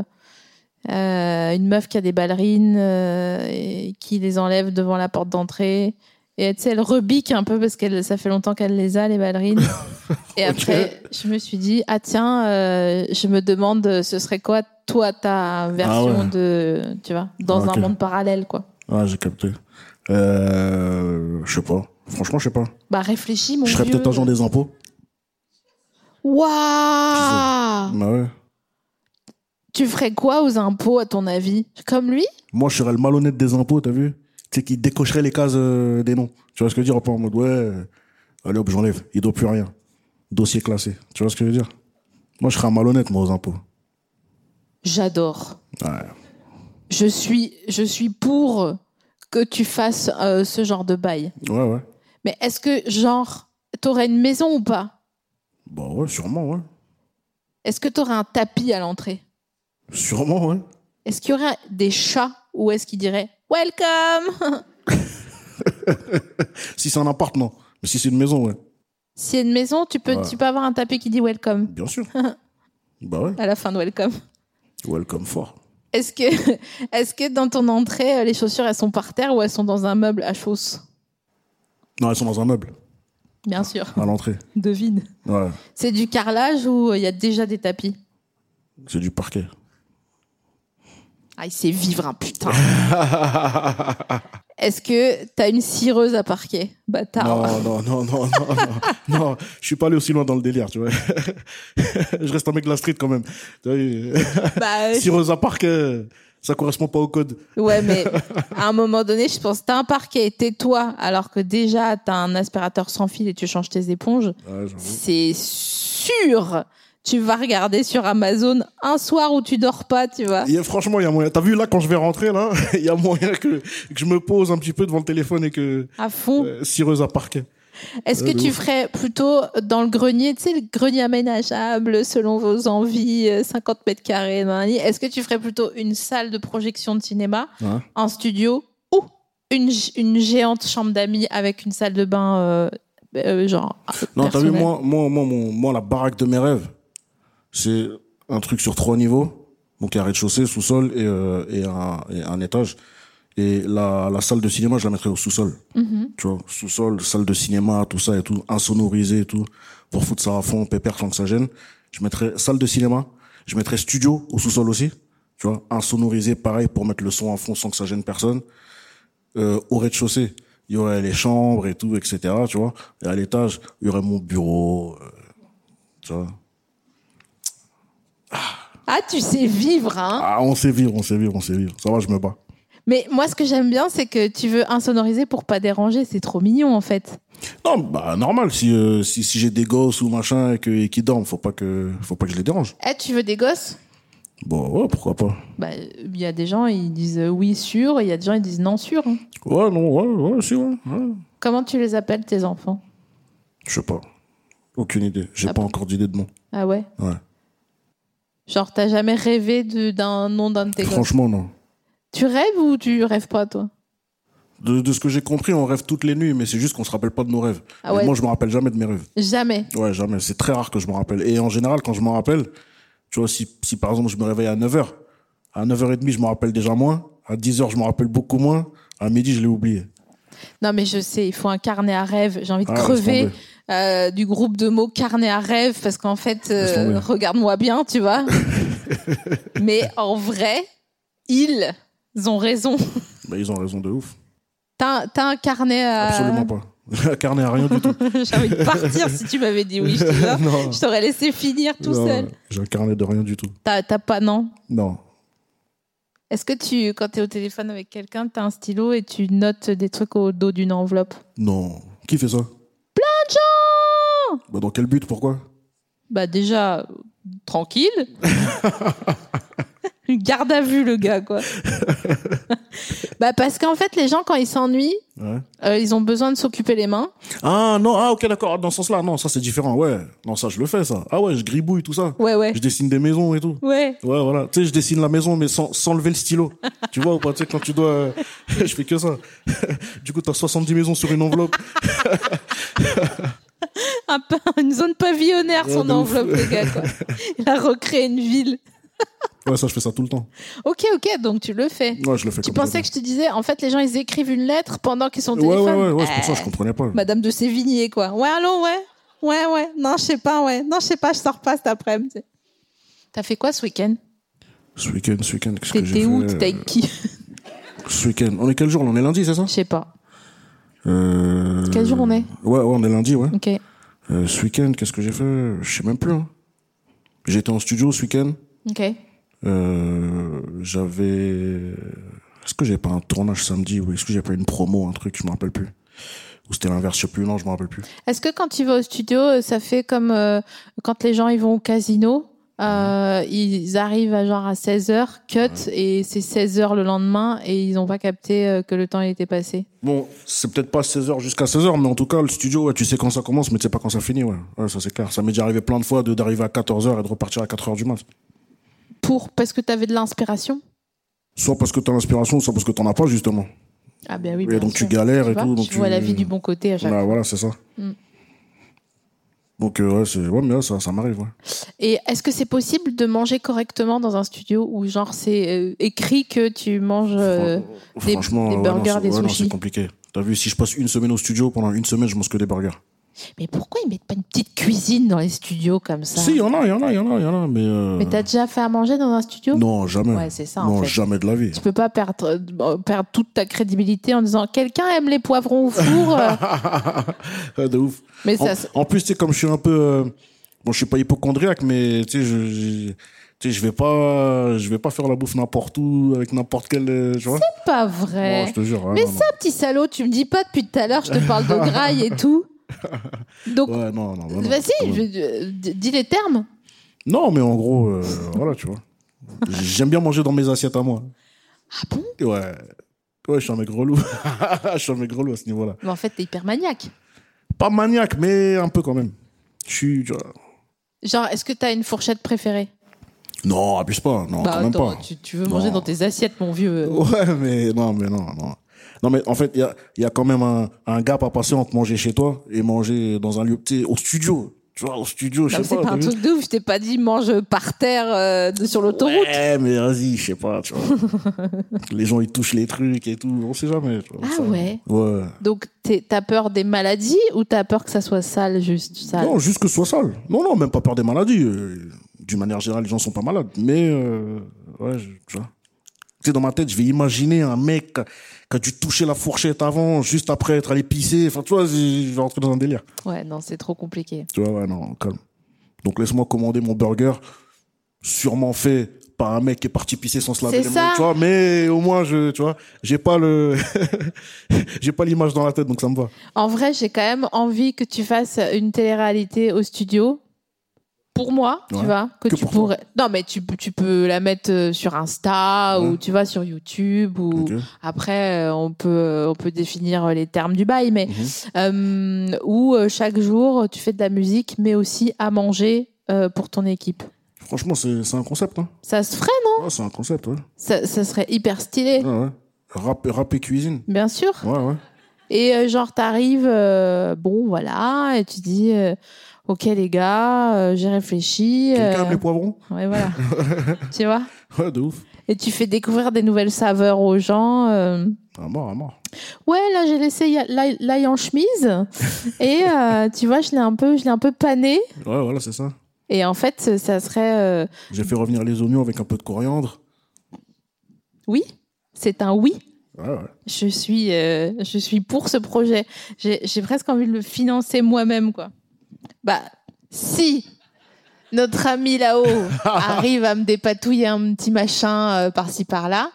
[SPEAKER 3] euh, une meuf qui a des ballerines euh, et qui les enlève devant la porte d'entrée et tu sais, elle rebique un peu parce qu'elle ça fait longtemps qu'elle les a les ballerines
[SPEAKER 4] <laughs>
[SPEAKER 3] et
[SPEAKER 4] Ok.
[SPEAKER 3] après je me suis dit ah tiens euh, je me demande euh, ce serait quoi toi ta version
[SPEAKER 4] Ah ouais.
[SPEAKER 3] de tu vois dans
[SPEAKER 4] Ah, ok.
[SPEAKER 3] un monde parallèle quoi
[SPEAKER 4] Ouais, Ah, j'ai capté. Euh, je sais pas. Franchement, je sais pas.
[SPEAKER 3] bah réfléchis mon
[SPEAKER 4] je serais
[SPEAKER 3] Dieu.
[SPEAKER 4] peut-être agent des impôts.
[SPEAKER 3] Waouh
[SPEAKER 4] Bah ouais.
[SPEAKER 3] Tu ferais quoi aux impôts, à ton avis Comme lui
[SPEAKER 4] Moi, je serais le malhonnête des impôts, t'as vu Tu sais, qui décocherait les cases euh, des noms. Tu vois ce que je veux dire Un peu en mode, ouais, euh, allez hop, j'enlève. Il doit plus rien. Dossier classé. Tu vois ce que je veux dire Moi, je serais un malhonnête, moi, aux impôts.
[SPEAKER 3] J'adore.
[SPEAKER 4] Ouais.
[SPEAKER 3] Je suis, je suis pour que tu fasses euh, ce genre de bail.
[SPEAKER 4] Ouais, ouais.
[SPEAKER 3] Mais est-ce que, genre, t'aurais une maison ou pas
[SPEAKER 4] Bah ouais, sûrement, ouais.
[SPEAKER 3] Est-ce que t'aurais un tapis à l'entrée
[SPEAKER 4] Sûrement, ouais.
[SPEAKER 3] Est-ce qu'il y aurait des chats ou est-ce qu'ils diraient Welcome
[SPEAKER 4] Si c'est un appart, non. Mais si c'est une maison, ouais.
[SPEAKER 3] Si y a une maison, tu peux,
[SPEAKER 4] Ouais.
[SPEAKER 3] tu peux avoir un tapis qui dit Welcome <laughs>
[SPEAKER 4] Bien sûr. bah ouais.
[SPEAKER 3] à la fin de Welcome.
[SPEAKER 4] Welcome fort.
[SPEAKER 3] Est-ce que, <laughs> est que dans ton entrée, euh, les chaussures, elles sont par terre ou elles sont dans un meuble à chausses
[SPEAKER 4] Non, elles sont dans un meuble,
[SPEAKER 3] Bien sûr,
[SPEAKER 4] à l'entrée.
[SPEAKER 3] devine.
[SPEAKER 4] Ouais.
[SPEAKER 3] C'est du carrelage ou euh, il y a déjà des tapis
[SPEAKER 4] C'est du parquet.
[SPEAKER 3] Ah, il sait vivre un putain. <laughs> Est-ce que t'as une cireuse à Bah, parquet Bâtard.
[SPEAKER 4] Non, non, non, non, non, non, non, je suis pas allé aussi loin dans le délire, tu vois. <laughs> je reste un mec de la street quand même. Tu vois, euh,
[SPEAKER 3] <laughs> Bah, euh,
[SPEAKER 4] Si Rosa Park, euh, ça correspond pas au code.
[SPEAKER 3] ouais, mais à un moment donné, je pense, t'as un parquet, tais-toi, alors que déjà, t'as un aspirateur sans fil et tu changes tes éponges.
[SPEAKER 4] Mhm.
[SPEAKER 3] C'est sûr Tu vas regarder sur Amazon un soir où tu dors pas, tu vois.
[SPEAKER 4] Et franchement, il y a moyen. T'as vu là quand je vais rentrer là, <laughs> il y a moyen que, que je me pose un petit peu devant le téléphone et que
[SPEAKER 3] À fond.
[SPEAKER 4] euh, si Rosa Park.
[SPEAKER 3] Est-ce que
[SPEAKER 4] euh, de
[SPEAKER 3] tu
[SPEAKER 4] ouf.
[SPEAKER 3] ferais plutôt dans le grenier, tu sais, le grenier aménageable selon vos envies, euh, 50 mètres carrés, nanani, est-ce que tu ferais plutôt une salle de projection de cinéma,
[SPEAKER 4] Ouais.
[SPEAKER 3] un studio ou une, g- une géante chambre d'amis avec une salle de bain, euh, euh, genre.
[SPEAKER 4] Non, t'as vu
[SPEAKER 3] personnelle
[SPEAKER 4] moi, moi, moi, mon- moi, la baraque de mes rêves, c'est un truc sur trois niveaux, donc il y a rez-de-chaussée, sous-sol et, euh, et, un, et un étage. Et la, la salle de cinéma, je la mettrais au sous-sol. tu vois, sous-sol, salle de cinéma, tout ça et tout, insonorisé et tout, pour foutre ça à fond, pépère sans que ça gêne. Je mettrais salle de cinéma, je mettrais studio au sous-sol aussi, tu vois, insonorisé, pareil, pour mettre le son à fond sans que ça gêne personne. Euh, au rez-de-chaussée, il y aurait les chambres et tout, etc., tu vois. Et à l'étage, il y aurait mon bureau, euh, tu vois.
[SPEAKER 3] Ah, tu sais vivre, hein
[SPEAKER 4] Ah, on sait vivre, on sait vivre, on sait vivre. Ça va, je me bats.
[SPEAKER 3] Mais moi, ce que j'aime bien, c'est que tu veux insonoriser pour pas déranger. C'est trop mignon, en fait.
[SPEAKER 4] Non, bah normal, si, euh, si, si j'ai des gosses ou machin et que- et qu'ils dorment, faut pas, que, faut pas que je les dérange.
[SPEAKER 3] Eh, tu veux des gosses
[SPEAKER 4] Bon, ouais, pourquoi pas.
[SPEAKER 3] Bah, il y a des gens, ils disent euh, oui, sûr. et Il y a des gens, ils disent non, sûr. hein.
[SPEAKER 4] Ouais, non, ouais, ouais, si, ouais. ouais.
[SPEAKER 3] Comment tu les appelles, tes enfants
[SPEAKER 4] Je sais pas. Aucune idée. J'ai
[SPEAKER 3] Ah
[SPEAKER 4] pas
[SPEAKER 3] bon
[SPEAKER 4] encore d'idée de nom.
[SPEAKER 3] Ah ouais
[SPEAKER 4] Ouais.
[SPEAKER 3] Genre, t'as jamais rêvé de- d'un nom d'un de tes gosses
[SPEAKER 4] Franchement, non.
[SPEAKER 3] Tu rêves ou tu rêves pas, toi
[SPEAKER 4] De, de ce que j'ai compris, on rêve toutes les nuits, mais c'est juste qu'on se rappelle pas de nos rêves.
[SPEAKER 3] Ah
[SPEAKER 4] Et
[SPEAKER 3] ouais.
[SPEAKER 4] Moi, je me rappelle jamais de mes rêves.
[SPEAKER 3] Jamais.
[SPEAKER 4] Ouais, jamais. C'est très rare que je me rappelle. Et en général, quand je m'en rappelle, tu vois, si, si par exemple je me réveille à 9h, à 9h30, je me rappelle déjà moins. À 10h, je me rappelle beaucoup moins. À midi, je l'ai oublié.
[SPEAKER 3] Non, mais je sais, il faut un carnet à rêve. J'ai envie de
[SPEAKER 4] Ah, laisse
[SPEAKER 3] crever
[SPEAKER 4] tomber.
[SPEAKER 3] euh, du groupe de mots carnet à rêve parce qu'en fait, euh,
[SPEAKER 4] Laisse tomber.
[SPEAKER 3] regarde-moi bien, tu
[SPEAKER 4] <laughs>
[SPEAKER 3] vois. mais en vrai, ils ont raison.
[SPEAKER 4] Bah, ils ont raison de ouf.
[SPEAKER 3] T'as t'as un carnet à.
[SPEAKER 4] Absolument
[SPEAKER 3] Euh.
[SPEAKER 4] pas. <laughs> Carnet à rien du tout.
[SPEAKER 3] <laughs> J'ai envie de partir si tu m'avais dit oui, je te jure.
[SPEAKER 4] Non.
[SPEAKER 3] Je t'aurais laissé finir tout
[SPEAKER 4] Non,
[SPEAKER 3] seul.
[SPEAKER 4] J'ai un carnet de rien du tout.
[SPEAKER 3] T'as t'as pas, non
[SPEAKER 4] Non.
[SPEAKER 3] Est-ce que tu, quand t'es au téléphone avec quelqu'un, t'as un stylo et tu notes des trucs au dos d'une enveloppe
[SPEAKER 4] Non. Qui fait ça Plein de gens bah, Dans quel but Pourquoi
[SPEAKER 3] Bah déjà, euh, <laughs> tranquille. Garde à vue le gars,
[SPEAKER 4] <laughs>
[SPEAKER 3] quoi. bah parce qu'en fait, les gens, quand ils s'ennuient,
[SPEAKER 4] Ouais.
[SPEAKER 3] euh, ils ont besoin de s'occuper les mains.
[SPEAKER 4] Ah non, ah ok d'accord, dans ce sens-là, non, ça c'est différent, ouais. Non, ça je le fais, ça. Ah ouais, je gribouille tout ça.
[SPEAKER 3] Ouais, ouais.
[SPEAKER 4] Je dessine des maisons et tout.
[SPEAKER 3] <laughs> Ouais.
[SPEAKER 4] Ouais, voilà. Tu sais, je dessine la maison, mais sans, sans lever le stylo.
[SPEAKER 3] <laughs>
[SPEAKER 4] tu vois, ou pas, tu sais, quand tu dois. euh, <laughs> je fais que ça. <laughs> du coup, t'as 70 maisons sur une envelope.
[SPEAKER 3] Un pa- une zone pavillonnaire,
[SPEAKER 4] Ouais,
[SPEAKER 3] son
[SPEAKER 4] de ouf.
[SPEAKER 3] enveloppe, le gars,
[SPEAKER 4] <laughs>
[SPEAKER 3] quoi. Il a recréé une ville.
[SPEAKER 4] Ouais, ça, je fais ça tout le temps.
[SPEAKER 3] Ok, ok, donc tu le fais.
[SPEAKER 4] Ouais, je le fais
[SPEAKER 3] Tu
[SPEAKER 4] comme ça.
[SPEAKER 3] pensais que je te disais, en fait, les gens, ils écrivent une lettre pendant qu'ils sont au
[SPEAKER 4] Ouais, ouais,
[SPEAKER 3] téléphone.
[SPEAKER 4] ouais, ouais, c'est pour ça, que
[SPEAKER 3] Euh,
[SPEAKER 4] je comprenais pas.
[SPEAKER 3] Madame de Sévigné, quoi. Ouais, allô, ouais. Ouais, ouais. Non, je sais pas, ouais. Non, je sais pas, je sors pas cet après-midi. T'as fait quoi ce week-end
[SPEAKER 4] Ce week-end, ce week-end, qu'est-ce que j'ai
[SPEAKER 3] T'étais où
[SPEAKER 4] fait,
[SPEAKER 3] T'étais
[SPEAKER 4] euh,
[SPEAKER 3] avec qui
[SPEAKER 4] Ce week-end. On est quel jour là On est lundi, c'est ça
[SPEAKER 3] Je sais pas.
[SPEAKER 4] euh...
[SPEAKER 3] Quel jour on est
[SPEAKER 4] Ouais, ouais, on est lundi, ouais.
[SPEAKER 3] Ok.
[SPEAKER 4] Euh, ce week-end, qu'est-ce que j'ai fait Je sais même plus. hein. J'étais en studio ce week-end.
[SPEAKER 3] Ok.
[SPEAKER 4] Euh, j'avais. Est-ce que j'avais pas un tournage samedi ou est-ce que j'avais pas une promo, un truc, je me rappelle plus. Ou c'était l'inverse, je sais plus, non, je me rappelle plus.
[SPEAKER 3] Est-ce que quand tu vas au studio, euh, ça fait comme euh, quand les gens ils vont au casino euh, ils arrivent à genre à 16h, cut, et c'est 16h le lendemain, et ils n'ont pas capté euh, que le temps il était passé.
[SPEAKER 4] Bon, c'est peut-être pas 16h jusqu'à 16h, mais en tout cas, le studio, ouais, tu sais quand ça commence, mais tu sais pas quand ça finit, ouais. Ouais, ça c'est clair. Ça m'est déjà arrivé plein de fois de, d'arriver à 14h et de repartir à 4h du mat.
[SPEAKER 3] Pour Parce que tu avais de l'inspiration
[SPEAKER 4] Soit parce que t'as l'inspiration, soit parce que t'en as pas, justement.
[SPEAKER 3] Ah, ben oui.
[SPEAKER 4] Et
[SPEAKER 3] bien
[SPEAKER 4] donc tu
[SPEAKER 3] sûr.
[SPEAKER 4] galères et
[SPEAKER 3] vois,
[SPEAKER 4] tout, donc
[SPEAKER 3] tu
[SPEAKER 4] tu-
[SPEAKER 3] vois
[SPEAKER 4] Bah,
[SPEAKER 3] la vie du bon côté à chaque
[SPEAKER 4] Voilà, voilà, c'est ça.
[SPEAKER 3] Mm.
[SPEAKER 4] Donc, euh, ouais, c'est, ouais, mais ouais, ça, ça m'arrive, ouais.
[SPEAKER 3] Et est-ce que c'est possible de manger correctement dans un studio où genre c'est euh, écrit que tu manges euh,
[SPEAKER 4] Fran-
[SPEAKER 3] des-
[SPEAKER 4] Franchement,
[SPEAKER 3] des
[SPEAKER 4] ouais,
[SPEAKER 3] burgers,
[SPEAKER 4] non, c'est-
[SPEAKER 3] des
[SPEAKER 4] ouais, non,
[SPEAKER 3] sushis.
[SPEAKER 4] c'est compliqué. T'as vu, si je passe une semaine au studio, pendant une semaine, je mange que des burgers.
[SPEAKER 3] Mais pourquoi ils mettent pas une petite cuisine dans les studios comme ça
[SPEAKER 4] Si, euh. y en a, y en a, y en a, y en a, mais. euh,
[SPEAKER 3] Mais t'as déjà fait à manger dans un studio
[SPEAKER 4] Non, jamais.
[SPEAKER 3] Ouais, c'est ça, en
[SPEAKER 4] Non,
[SPEAKER 3] fait.
[SPEAKER 4] jamais de
[SPEAKER 3] <laughs>
[SPEAKER 4] la vie.
[SPEAKER 3] Tu peux pas perdre, euh, bon, perdre toute ta crédibilité en disant quelqu'un aime les poivrons au
[SPEAKER 4] <laughs>
[SPEAKER 3] four. <laughs> euh.
[SPEAKER 4] Ouais, de ouf.
[SPEAKER 3] mais
[SPEAKER 4] En,
[SPEAKER 3] ça, c'est-
[SPEAKER 4] en plus, tu sais, comme je suis un peu. euh, Bon, je suis pas hypochondriaque, mais tu sais, je. je- Tu sais, je vais pas, je vais pas faire la bouffe n'importe où, avec n'importe quel, euh, tu vois.
[SPEAKER 3] c'est pas vrai.
[SPEAKER 4] Non, je te jure. ouais,
[SPEAKER 3] mais
[SPEAKER 4] non, non.
[SPEAKER 3] ça, petit salaud, tu me dis pas depuis tout à l'heure, je te parle de graille et
[SPEAKER 4] <laughs>
[SPEAKER 3] tout. Donc,
[SPEAKER 4] Ouais, non, non, ouais, non.
[SPEAKER 3] vas-y,
[SPEAKER 4] Ouais.
[SPEAKER 3] je- euh, d- dis les termes.
[SPEAKER 4] Non, mais en gros, euh,
[SPEAKER 3] <laughs>
[SPEAKER 4] voilà, tu vois. J'aime bien manger dans mes assiettes à moi.
[SPEAKER 3] Ah bon
[SPEAKER 4] Ouais. Ouais, je suis un mec relou. <laughs> je suis un mec relou à ce niveau-là.
[SPEAKER 3] Mais en fait, t'es hyper maniaque.
[SPEAKER 4] Pas maniaque, mais un peu quand même. Je suis. tu vois.
[SPEAKER 3] Genre, est-ce que t'as une fourchette préférée
[SPEAKER 4] Non, abuse pas. Non, quand même pas.
[SPEAKER 3] Bah, tu, tu veux
[SPEAKER 4] Non. Oh,
[SPEAKER 3] manger dans tes assiettes, mon vieux.
[SPEAKER 4] Ouais, mais non, mais non, non. Non, mais en fait, il y a, il y a quand même un, un gap à passer entre manger chez toi et manger dans un lieu. Tu sais, au studio. Tu vois, au studio, je
[SPEAKER 3] Non,
[SPEAKER 4] sais
[SPEAKER 3] mais c'est pas
[SPEAKER 4] pas. t'as
[SPEAKER 3] un
[SPEAKER 4] vu
[SPEAKER 3] truc de ouf, je t'ai pas dit mange par terre euh, de- sur l'autoroute.
[SPEAKER 4] Ouais, mais vas-y, je sais pas, tu vois.
[SPEAKER 3] <laughs>
[SPEAKER 4] les gens, ils touchent les trucs et tout. On sait jamais. tu vois,
[SPEAKER 3] Ah
[SPEAKER 4] ça.
[SPEAKER 3] ouais.
[SPEAKER 4] Ouais.
[SPEAKER 3] Donc, t'es- t'as peur des maladies ou t'as peur que ça soit sale, juste sale
[SPEAKER 4] Non, juste que ce soit sale. Non, non, même pas peur des maladies. Euh, D'une manière générale, les gens sont pas malades. Mais, euh, ouais, je- tu vois. Tu sais, dans ma tête, je vais imaginer un mec qui a- qui a dû toucher la fourchette avant, juste après être allé pisser. Enfin, tu vois, je je vais rentrer dans un délire.
[SPEAKER 3] Ouais, non, c'est trop compliqué.
[SPEAKER 4] Tu vois, ouais, non, calme. Donc, laisse-moi commander mon burger, sûrement fait pas un mec qui est parti pisser sans se laver
[SPEAKER 3] C'est
[SPEAKER 4] les
[SPEAKER 3] ça.
[SPEAKER 4] mains, tu vois, mais au moins, je, tu vois, j'ai pas le, <laughs> j'ai pas l'image dans la tête, donc ça me va.
[SPEAKER 3] En vrai, j'ai quand même envie que tu fasses une télé-réalité au studio. Pour moi,
[SPEAKER 4] Ouais.
[SPEAKER 3] tu vois, que,
[SPEAKER 4] Que
[SPEAKER 3] tu
[SPEAKER 4] pour toi.
[SPEAKER 3] pourrais. Non, mais tu, tu peux la mettre euh, sur Insta
[SPEAKER 4] Ouais.
[SPEAKER 3] ou tu vois sur YouTube ou
[SPEAKER 4] Ok.
[SPEAKER 3] après euh, on peut on peut définir les termes du bail, mais
[SPEAKER 4] Mhm.
[SPEAKER 3] euh, où euh, chaque jour tu fais de la musique, mais aussi à manger euh, pour ton équipe.
[SPEAKER 4] Franchement, c'est, c'est un concept, hein.
[SPEAKER 3] Ça se ferait, non
[SPEAKER 4] Ouais, c'est un concept, ouais.
[SPEAKER 3] ça, ça serait hyper stylé,
[SPEAKER 4] Ouais, ouais. Rap, rap et cuisine.
[SPEAKER 3] bien sûr.
[SPEAKER 4] Ouais, ouais.
[SPEAKER 3] Et euh, genre, t'arrives, euh, bon, voilà, et tu dis, euh, ok les gars, euh, j'ai réfléchi.
[SPEAKER 4] Quelqu'un aime
[SPEAKER 3] euh,
[SPEAKER 4] les poivrons?
[SPEAKER 3] ouais, voilà. tu vois
[SPEAKER 4] Ouais, de ouf.
[SPEAKER 3] Et tu fais découvrir des nouvelles saveurs aux gens. euh,
[SPEAKER 4] À mort, à mort.
[SPEAKER 3] Ouais, là, j'ai laissé y- l'ail l'ail en chemise. et euh, tu vois, je l'ai un peu, je l'ai un peu pané.
[SPEAKER 4] Ouais, voilà, c'est ça.
[SPEAKER 3] Et en fait, ça serait, euh,
[SPEAKER 4] J'ai fait revenir les oignons avec un peu de coriandre.
[SPEAKER 3] oui, c'est un oui.
[SPEAKER 4] Ouais, ouais.
[SPEAKER 3] Je suis, euh, je suis pour ce projet. J'ai j'ai presque envie de le financer moi-même, quoi. Bah, si notre ami là-haut arrive à me dépatouiller un petit machin euh, par-ci par-là,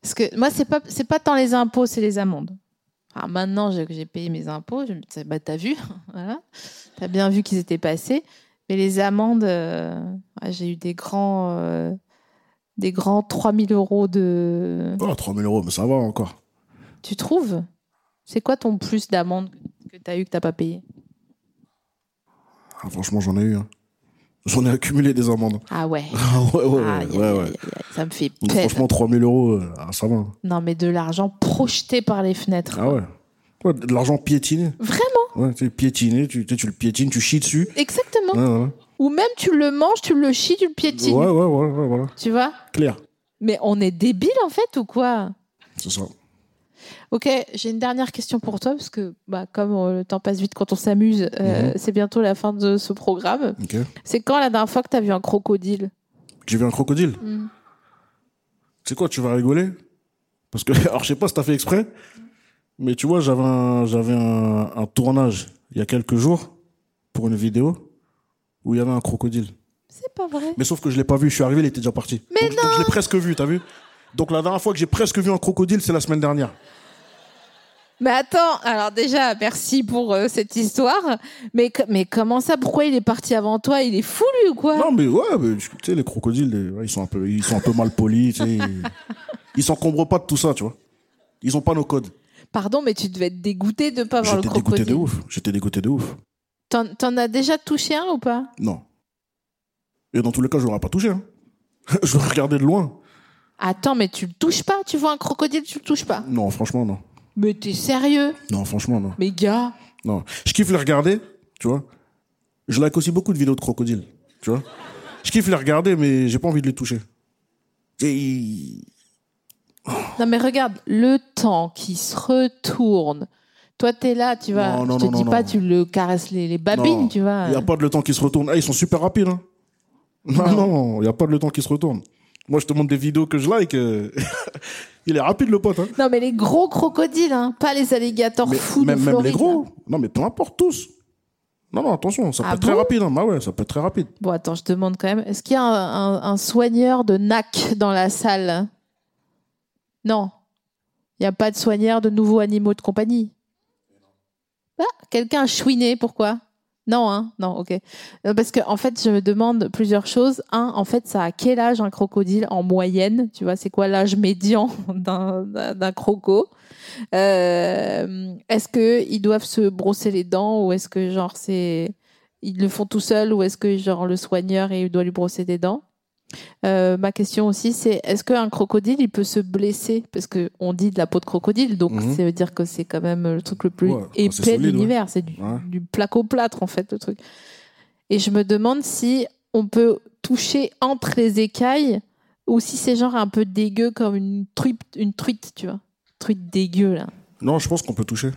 [SPEAKER 3] parce que moi, c'est pas, c'est pas tant les impôts, c'est les amendes. Alors maintenant j'ai- que j'ai payé mes impôts, je me dis, bah, t'as vu, <laughs> voilà, t'as bien vu qu'ils étaient passés. Mais les amendes, euh, ouais, j'ai eu des grands, euh, des grands 3000 euros de.
[SPEAKER 4] Oh, 3000 euros, mais ça va encore.
[SPEAKER 3] Tu trouves C'est quoi ton plus d'amende que tu as eu que t'as pas payé
[SPEAKER 4] Ah, franchement, j'en ai eu. hein. J'en ai accumulé des amendes. <laughs>
[SPEAKER 3] Ah ouais.
[SPEAKER 4] Ah, ouais, ouais, ouais.
[SPEAKER 3] Aïe, aïe,
[SPEAKER 4] ouais,
[SPEAKER 3] aïe,
[SPEAKER 4] ouais.
[SPEAKER 3] aïe, aïe, Ça me fait
[SPEAKER 4] Donc,
[SPEAKER 3] peine.
[SPEAKER 4] franchement, 3000 euros, euh, ah, ça va.
[SPEAKER 3] Non, mais de l'argent projeté par les fenêtres.
[SPEAKER 4] Ah ouais. Ouais, de l'argent piétiné.
[SPEAKER 3] Vraiment
[SPEAKER 4] Ouais, tu sais, piétiné, tu, tu sais, tu le piétines, tu chies dessus.
[SPEAKER 3] Exactement.
[SPEAKER 4] Ouais, voilà.
[SPEAKER 3] Ou même tu le manges, tu le chies, tu le
[SPEAKER 4] Ouais,
[SPEAKER 3] piétines.
[SPEAKER 4] ouais, ouais, ouais, voilà.
[SPEAKER 3] Tu vois
[SPEAKER 4] Clair.
[SPEAKER 3] Mais on est débile en fait ou quoi
[SPEAKER 4] C'est ça.
[SPEAKER 3] Ok, j'ai une dernière question pour toi parce que bah, comme euh, le temps passe vite quand on s'amuse,
[SPEAKER 4] Mhm.
[SPEAKER 3] euh, c'est bientôt la fin de ce programme.
[SPEAKER 4] Ok.
[SPEAKER 3] C'est quand la dernière fois que t'as vu un crocodile
[SPEAKER 4] J'ai vu un crocodile.
[SPEAKER 3] Mm.
[SPEAKER 4] Tu sais quoi, tu vas rigoler Parce que, <laughs> alors je sais pas si t'as fait exprès, mais tu vois, j'avais un, j'avais un, un tournage il y a quelques jours pour une vidéo où il y avait un crocodile.
[SPEAKER 3] C'est pas vrai.
[SPEAKER 4] Mais sauf que je l'ai pas vu, je suis arrivé, il était déjà parti.
[SPEAKER 3] Mais
[SPEAKER 4] donc, donc je l'ai presque vu, t'as vu Donc la dernière fois que j'ai presque vu un crocodile, c'est la semaine dernière.
[SPEAKER 3] Mais attends, alors déjà, merci pour euh, cette histoire. Mais, co- mais comment ça Pourquoi il est parti avant toi Il est fou, lui, ou quoi
[SPEAKER 4] Non mais ouais, mais tu sais, les crocodiles, les- ouais, ils sont un peu, ils sont un peu mal polis, tu sais. ils- Ils s'encombrent pas de tout ça, tu vois. Ils ont pas nos codes.
[SPEAKER 3] Pardon, mais tu devais être dégoûté de pas voir le
[SPEAKER 4] J'étais dégoûté
[SPEAKER 3] crocodile.
[SPEAKER 4] de ouf. J'étais dégoûté de ouf.
[SPEAKER 3] T'en t'en as déjà touché un ou pas
[SPEAKER 4] Non. Et dans tous les cas, je l'aurais pas touché. Hein. <laughs> je l'aurais regardé de loin.
[SPEAKER 3] Attends, mais tu le touches pas Tu vois un crocodile, tu le touches pas
[SPEAKER 4] Non, franchement, non.
[SPEAKER 3] Mais t'es sérieux
[SPEAKER 4] Non, franchement, non.
[SPEAKER 3] Mais gars
[SPEAKER 4] Non. Je kiffe les regarder, tu vois. Je like aussi beaucoup de vidéos de crocodiles, tu vois. Je kiffe les regarder, mais j'ai pas envie de les toucher. Et ils-
[SPEAKER 3] Non, mais regarde, le temps qui se retourne. Toi, t'es là, tu vois.
[SPEAKER 4] Non, non,
[SPEAKER 3] Je te
[SPEAKER 4] non,
[SPEAKER 3] dis
[SPEAKER 4] non,
[SPEAKER 3] pas,
[SPEAKER 4] non.
[SPEAKER 3] tu le caresses les, les babines,
[SPEAKER 4] Non.
[SPEAKER 3] tu vois.
[SPEAKER 4] Il y a pas de le temps qui se retourne. Ah, ils sont super rapides. Hein. <laughs> Non, non, il y a pas de le temps qui se retourne. Moi, je te montre des vidéos que je like. euh, <laughs> Il est rapide, le pote. Hein.
[SPEAKER 3] Non, mais les gros crocodiles, hein, pas les alligators
[SPEAKER 4] Mais
[SPEAKER 3] fous
[SPEAKER 4] même,
[SPEAKER 3] de
[SPEAKER 4] même
[SPEAKER 3] Floride.
[SPEAKER 4] les
[SPEAKER 3] là.
[SPEAKER 4] gros. Non, mais peu importe tous. Non, non, attention, ça peut
[SPEAKER 3] Ah
[SPEAKER 4] être très
[SPEAKER 3] bon
[SPEAKER 4] rapide. Hein. Bah ouais, ça peut être très rapide.
[SPEAKER 3] Bon, attends, je demande quand même. Est-ce qu'il y a un, un- un soigneur de NAC dans la salle Non. Il n'y a pas de soigneur de nouveaux animaux de compagnie. Ah, quelqu'un a chouiné, pourquoi Non, hein Non, ok. Euh, Parce que, en fait, je me demande plusieurs choses. Un, en fait, ça a quel âge un crocodile en moyenne Tu vois, c'est quoi l'âge médian <laughs> d'un- d'un d'un croco Euh, Est-ce qu'ils doivent se brosser les dents ou est-ce que, genre, c'est ils le font tout seul ou est-ce que genre le soigneur et il doit lui brosser des dents Euh, ma question aussi, c'est est-ce qu'un crocodile il peut se blesser parce que on dit de la peau de crocodile, donc
[SPEAKER 4] Mhm.
[SPEAKER 3] ça veut dire que c'est quand même le truc le plus
[SPEAKER 4] Ouais, c'est
[SPEAKER 3] épais de
[SPEAKER 4] solide, ouais.
[SPEAKER 3] l'univers, c'est du,
[SPEAKER 4] Ouais.
[SPEAKER 3] du placo-plâtre en fait le truc. Et je me demande si on peut toucher entre les écailles ou si c'est genre un peu dégueu comme une truite, une truite, tu vois, truite dégueu là.
[SPEAKER 4] Non, je pense qu'on peut toucher.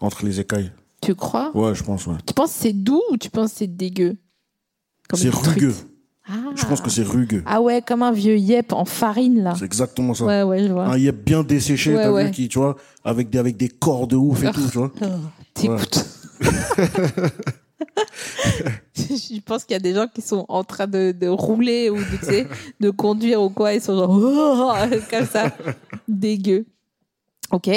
[SPEAKER 4] Entre les écailles.
[SPEAKER 3] Tu crois
[SPEAKER 4] Ouais, je pense, ouais.
[SPEAKER 3] Tu penses que c'est doux ou tu penses que c'est dégueu Comme
[SPEAKER 4] C'est
[SPEAKER 3] une truite.
[SPEAKER 4] rugueux.
[SPEAKER 3] Ah.
[SPEAKER 4] Je pense que c'est rugueux.
[SPEAKER 3] Ah ouais, comme un vieux yep en farine là.
[SPEAKER 4] C'est exactement ça. Hein,
[SPEAKER 3] Ouais, ouais, je vois.
[SPEAKER 4] Un yep bien desséché,
[SPEAKER 3] Ouais,
[SPEAKER 4] t'as
[SPEAKER 3] ouais. Ah.
[SPEAKER 4] vu, qui, tu vois, avec des, avec des corps de ouf et tout, tu vois.
[SPEAKER 3] T'écoutes. <laughs> je pense qu'il y a des gens qui sont en train de, de rouler ou de, tu sais, de conduire ou quoi. Ils sont genre Oh <laughs> comme ça, dégueu. Ok,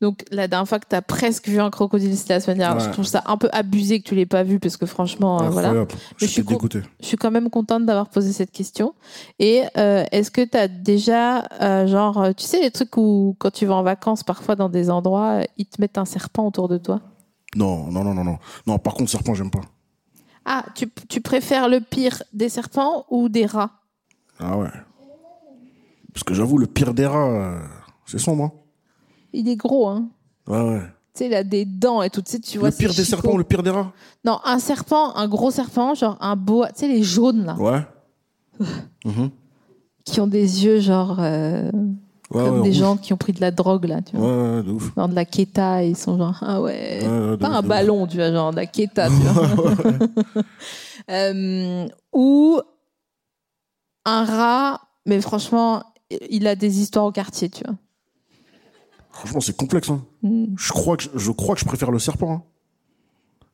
[SPEAKER 3] donc la dernière fois que tu as presque vu un crocodile, c'était la semaine dernière.
[SPEAKER 4] Ouais.
[SPEAKER 3] Je trouve ça un peu abusé que tu l'aies pas vu parce que franchement, euh, voilà.
[SPEAKER 4] Incroyable.
[SPEAKER 3] je
[SPEAKER 4] Je
[SPEAKER 3] suis
[SPEAKER 4] suis
[SPEAKER 3] con-
[SPEAKER 4] dégoûté.
[SPEAKER 3] Je suis quand même contente d'avoir posé cette question. Et euh, est-ce que tu as déjà, euh, genre, euh, tu sais, les trucs où quand tu vas en vacances, parfois dans des endroits, euh, ils te mettent un serpent autour de toi
[SPEAKER 4] Non, non, non, non, non. Non, par contre, serpent, j'aime pas.
[SPEAKER 3] Ah, tu, tu préfères le pire des serpents ou des rats
[SPEAKER 4] Ah ouais. Parce que j'avoue, le pire des rats, euh, c'est sombre. Hein.
[SPEAKER 3] Il est gros, hein
[SPEAKER 4] Ouais, ouais.
[SPEAKER 3] Tu sais, il a des dents et tout. Tu sais, tu vois.
[SPEAKER 4] le pire
[SPEAKER 3] ses
[SPEAKER 4] des
[SPEAKER 3] chicots.
[SPEAKER 4] serpents ou le pire des rats
[SPEAKER 3] Non, un serpent, un gros serpent, genre un beau. Tu sais, les jaunes, là,
[SPEAKER 4] Ouais.
[SPEAKER 3] qui ont des yeux, genre. euh,
[SPEAKER 4] Ah Ouais,
[SPEAKER 3] comme
[SPEAKER 4] ouais,
[SPEAKER 3] des
[SPEAKER 4] rouge.
[SPEAKER 3] gens qui ont pris de la drogue, là, tu
[SPEAKER 4] Ouais,
[SPEAKER 3] vois.
[SPEAKER 4] ouais, de ouf.
[SPEAKER 3] Genre de la keta, ils sont genre. Ah ouais.
[SPEAKER 4] Ouais, ouais, de
[SPEAKER 3] Pas
[SPEAKER 4] ouf,
[SPEAKER 3] un
[SPEAKER 4] de ouf.
[SPEAKER 3] ballon, tu vois, genre de la keta, tu vois.
[SPEAKER 4] <laughs>
[SPEAKER 3] <laughs> Euh, ou un rat, mais franchement, il a des histoires au quartier, tu vois.
[SPEAKER 4] Franchement, c'est complexe. Hein. Je, crois que, je- je crois que je préfère le serpent. hein.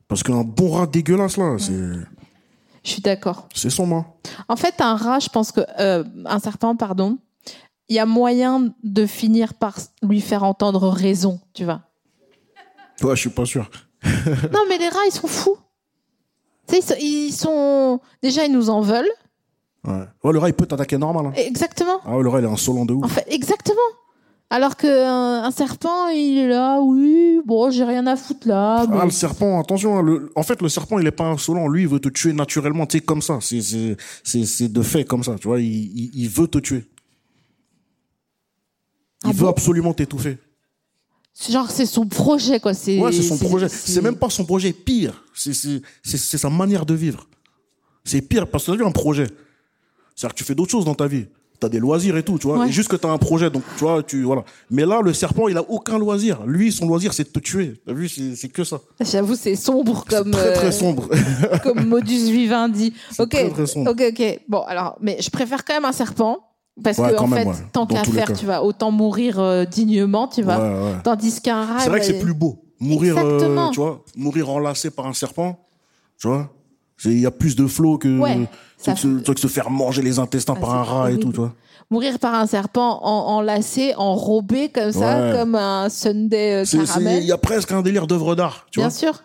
[SPEAKER 4] Parce qu'un bon rat dégueulasse, là, c'est-
[SPEAKER 3] Je suis d'accord.
[SPEAKER 4] c'est sombre. hein.
[SPEAKER 3] En fait, un rat, je pense que euh, un serpent, pardon, il y a moyen de finir par lui faire entendre raison, tu
[SPEAKER 4] <laughs>
[SPEAKER 3] vois.
[SPEAKER 4] Ouais, je suis pas sûr.
[SPEAKER 3] non, mais les rats, ils sont fous. Tu sais, ils sont- ils sont déjà, ils nous en veulent.
[SPEAKER 4] Ouais. Ouais, le rat, il peut t'attaquer normal. hein.
[SPEAKER 3] Exactement.
[SPEAKER 4] Ah ouais, le rat, il est insolent de
[SPEAKER 3] En
[SPEAKER 4] ouf.
[SPEAKER 3] fait, exactement. Alors que euh, un, un serpent, il est là, oui, bon, j'ai rien à foutre là.
[SPEAKER 4] Ah,
[SPEAKER 3] bon.
[SPEAKER 4] le serpent, attention. hein, le- En fait, le serpent, il est pas insolent. Lui, il veut te tuer naturellement, tu sais, comme ça. C'est- C'est c'est- c'est de fait, comme ça. Tu vois, il, il- il veut te tuer. Il
[SPEAKER 3] Ah
[SPEAKER 4] veut
[SPEAKER 3] bon
[SPEAKER 4] absolument t'étouffer.
[SPEAKER 3] C'est Genre, c'est son projet, quoi. C'est
[SPEAKER 4] Ouais, c'est son
[SPEAKER 3] c'est-
[SPEAKER 4] projet. C'est même pas son projet, pire. C'est c'est- c'est- c'est sa manière de vivre. C'est pire parce que t'as vu un projet. C'est-à-dire que tu fais d'autres choses dans ta vie. T'as des loisirs et tout, tu vois.
[SPEAKER 3] Ouais.
[SPEAKER 4] Et juste que t'as un projet, donc tu vois, tu, voilà. Mais là, le serpent, il a aucun loisir. Lui, son loisir, c'est de te tuer. T'as vu, c'est c'est que ça.
[SPEAKER 3] J'avoue, c'est sombre
[SPEAKER 4] C'est
[SPEAKER 3] comme.
[SPEAKER 4] très,
[SPEAKER 3] euh,
[SPEAKER 4] très sombre.
[SPEAKER 3] comme modus
[SPEAKER 4] <laughs>
[SPEAKER 3] vivendi. Ok,
[SPEAKER 4] très, très sombre.
[SPEAKER 3] ok, ok. Bon, alors, mais je préfère quand même un serpent parce
[SPEAKER 4] Ouais,
[SPEAKER 3] que en
[SPEAKER 4] quand même,
[SPEAKER 3] fait,
[SPEAKER 4] ouais.
[SPEAKER 3] tant
[SPEAKER 4] Dans
[SPEAKER 3] qu'à
[SPEAKER 4] tous les
[SPEAKER 3] faire,
[SPEAKER 4] cas.
[SPEAKER 3] tu vas autant mourir euh, dignement, tu vois.
[SPEAKER 4] Ouais, ouais.
[SPEAKER 3] Tandis qu'un rat,
[SPEAKER 4] <laughs> C'est vrai que
[SPEAKER 3] bah,
[SPEAKER 4] c'est plus beau. Mourir, euh,
[SPEAKER 3] Exactement.
[SPEAKER 4] tu vois, mourir enlacé par un serpent, tu vois. C'est- Il y a plus de flow que,
[SPEAKER 3] Ouais,
[SPEAKER 4] que,
[SPEAKER 3] ça-
[SPEAKER 4] se, tu vois, que se faire manger les intestins
[SPEAKER 3] Ah,
[SPEAKER 4] par
[SPEAKER 3] c'est
[SPEAKER 4] un rat et
[SPEAKER 3] horrible.
[SPEAKER 4] tout, tu vois.
[SPEAKER 3] mourir par un serpent en, enlacé, enrobé comme ça,
[SPEAKER 4] Ouais.
[SPEAKER 3] comme un Sunday euh,
[SPEAKER 4] C'est- c'est-
[SPEAKER 3] caramel.
[SPEAKER 4] Il y a presque un délire d'œuvre d'art, tu
[SPEAKER 3] Bien
[SPEAKER 4] vois.
[SPEAKER 3] sûr.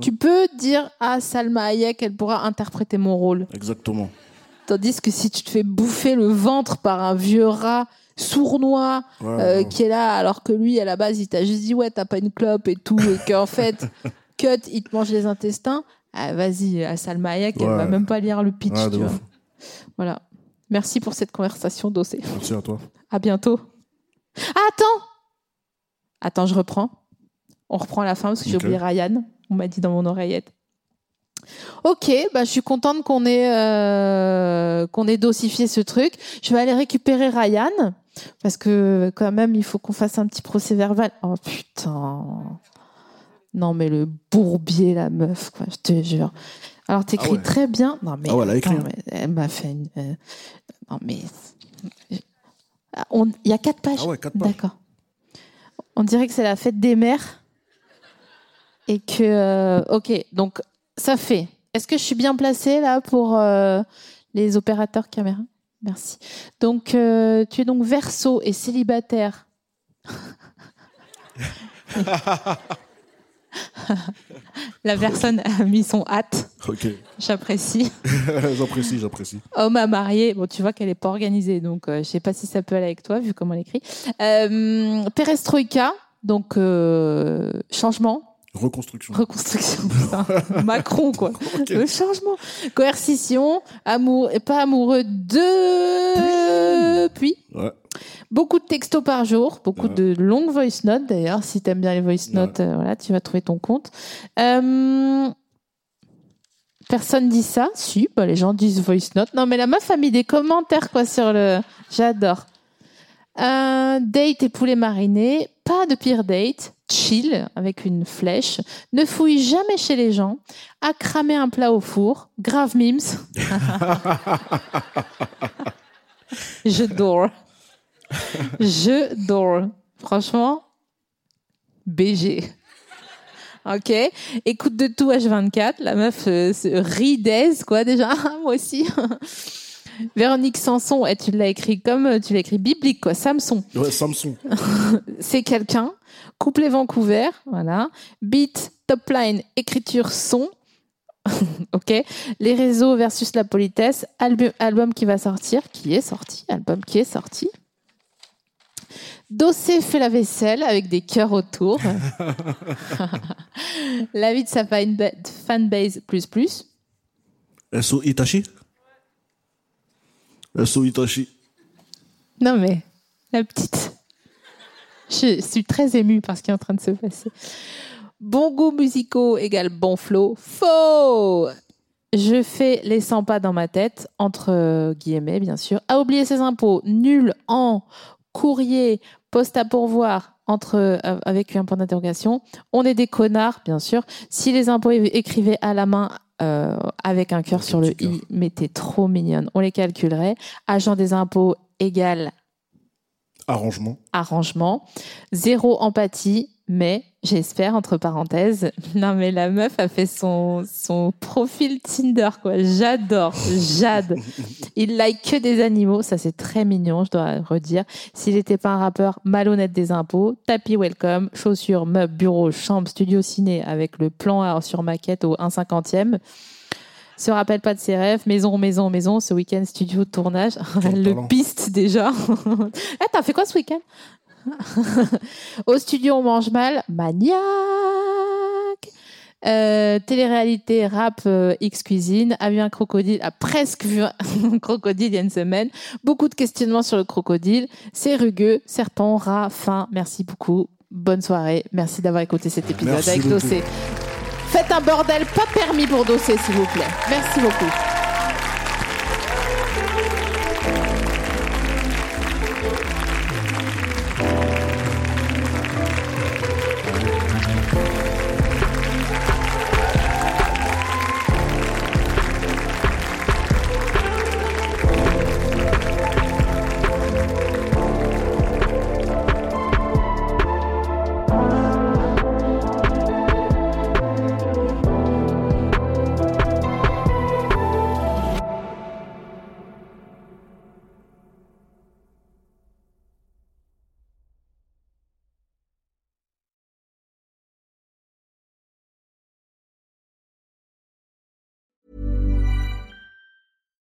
[SPEAKER 3] Tu peux dire à Salma Hayek, elle pourra interpréter mon rôle.
[SPEAKER 4] Exactement.
[SPEAKER 3] Tandis que si tu te fais bouffer le ventre par un vieux rat sournois
[SPEAKER 4] Ouais,
[SPEAKER 3] euh,
[SPEAKER 4] ouais.
[SPEAKER 3] qui est là, alors que lui, à la base, il t'a juste dit ouais, t'as pas une clope et tout, et
[SPEAKER 4] <laughs>
[SPEAKER 3] qu'en fait, cut, il te mange les intestins. Ah, vas-y, à Salma Hayek, elle
[SPEAKER 4] Ouais.
[SPEAKER 3] va même pas lire le pitch,
[SPEAKER 4] Ouais,
[SPEAKER 3] tu
[SPEAKER 4] de
[SPEAKER 3] vois.
[SPEAKER 4] ouf.
[SPEAKER 3] Voilà. Merci pour cette conversation dossée.
[SPEAKER 4] Merci à toi.
[SPEAKER 3] À bientôt. Ah, attends Attends, je reprends. On reprend à la fin parce que j'ai
[SPEAKER 4] Ok.
[SPEAKER 3] oublié Ryan. On m'a dit dans mon oreillette. Ok, bah, je suis contente qu'on ait, euh, qu'on ait dossifié ce truc. Je vais aller récupérer Ryan parce que quand même, il faut qu'on fasse un petit procès verbal. Oh putain Non mais le bourbier, la meuf, quoi, je te jure. Alors, t'écris
[SPEAKER 4] Ah ouais.
[SPEAKER 3] très bien. Non mais,
[SPEAKER 4] Ah ouais, elle a écrit,
[SPEAKER 3] attends,
[SPEAKER 4] hein.
[SPEAKER 3] mais elle m'a fait une... euh, Non mais... Ah, on- Il y a quatre pages.
[SPEAKER 4] Ah ouais, quatre pages.
[SPEAKER 3] D'accord. On dirait que c'est la fête des mères. Et que. euh, ok, donc ça fait. Est-ce que je suis bien placée là pour euh, les opérateurs caméra Merci. Donc, euh, tu es donc verso et
[SPEAKER 4] <laughs>
[SPEAKER 3] célibataire. la personne a mis son hâte.
[SPEAKER 4] Ok.
[SPEAKER 3] J'apprécie.
[SPEAKER 4] <laughs> j'apprécie, j'apprécie.
[SPEAKER 3] Homme à marier. Bon, tu vois qu'elle n'est pas organisée, donc euh, je sais pas si ça peut aller avec toi, vu comment elle écrit. Euh, perestroïka, donc euh, changement,
[SPEAKER 4] Reconstruction.
[SPEAKER 3] reconstruction. putain. Macron, quoi.
[SPEAKER 4] Ok.
[SPEAKER 3] Le changement. Coercition, amour, et pas amoureux de. Puis.
[SPEAKER 4] Ouais.
[SPEAKER 3] Beaucoup de textos par jour, beaucoup
[SPEAKER 4] Ouais.
[SPEAKER 3] de longues voice notes d'ailleurs. Si t'aimes bien les voice notes, euh, voilà, tu vas trouver ton compte. Euh, Personne dit ça Si, bah, les gens disent voice note. Non, mais la meuf a mis des commentaires quoi sur le. J'adore. Euh, date et poulet mariné, pas de pire date, chill avec une flèche, ne fouille jamais chez les gens, à cramer un plat au four, grave mimes. Je dors. Je dors. Franchement, BG. Ok. Écoute de tout H24. La meuf euh, se rit d'aise, quoi, déjà. <laughs> Moi aussi. Véronique Sanson, et tu l'as écrit comme euh, tu l'as écrit biblique, quoi. Samson,
[SPEAKER 4] Ouais, Samsung.
[SPEAKER 3] c'est quelqu'un. Couplet Vancouver, voilà. Beat, top line, écriture, son. <laughs> ok. Les réseaux versus la politesse. Album, album qui va sortir, qui est sorti. Album qui est sorti. Dossé fait la vaisselle avec des cœurs autour. <laughs> la vie de sa fanba- fanbase plus plus.
[SPEAKER 4] SO Itachi SO Itachi.
[SPEAKER 3] Non mais, la petite. Je suis très émue par ce qui est en train de se passer. Bon goût musicaux égale bon flow. Faux Je fais les 100 pas dans ma tête, entre euh, guillemets bien sûr. À oublier ses impôts, nul en courrier, poste à pourvoir, entre, euh, avec un point d'interrogation. On est des connards, bien sûr. Si les impôts é- écrivaient à la main euh, avec un cœur
[SPEAKER 4] Avec
[SPEAKER 3] sur
[SPEAKER 4] un
[SPEAKER 3] le
[SPEAKER 4] petit
[SPEAKER 3] i, mais t'es trop mignonne, on les calculerait. Agent des impôts égale
[SPEAKER 4] Arrangement.
[SPEAKER 3] arrangement, zéro empathie, mais j'espère, entre parenthèses, <laughs> non mais la meuf a fait son, son profil Tinder, quoi. J'adore, j'ad. Il like que des animaux, ça c'est très mignon, je dois redire. S'il n'était pas un rappeur, malhonnête des impôts, tapis welcome, chaussures, meubles, bureau, chambre, studio ciné, avec le plan à- sur maquette au 1 cinquantième. Se rappelle pas de ses rêves, maison, maison, maison, ce week-end studio tournage, <laughs>
[SPEAKER 4] Quel
[SPEAKER 3] le
[SPEAKER 4] talent.
[SPEAKER 3] piste déjà. <laughs> ah, t'as fait quoi ce week-end Au studio, on mange mal, maniaque. Euh, télé-réalité, rap, euh, X cuisine, a vu un crocodile, a presque vu un <laughs> crocodile il y a une semaine. Beaucoup de questionnements sur le crocodile. C'est rugueux, serpent, rat, faim. Merci beaucoup. Bonne soirée. Merci d'avoir écouté cet épisode
[SPEAKER 4] Merci
[SPEAKER 3] avec
[SPEAKER 4] beaucoup.
[SPEAKER 3] Dossé. Faites un bordel pas permis pour Dossé, s'il vous plaît. Merci beaucoup.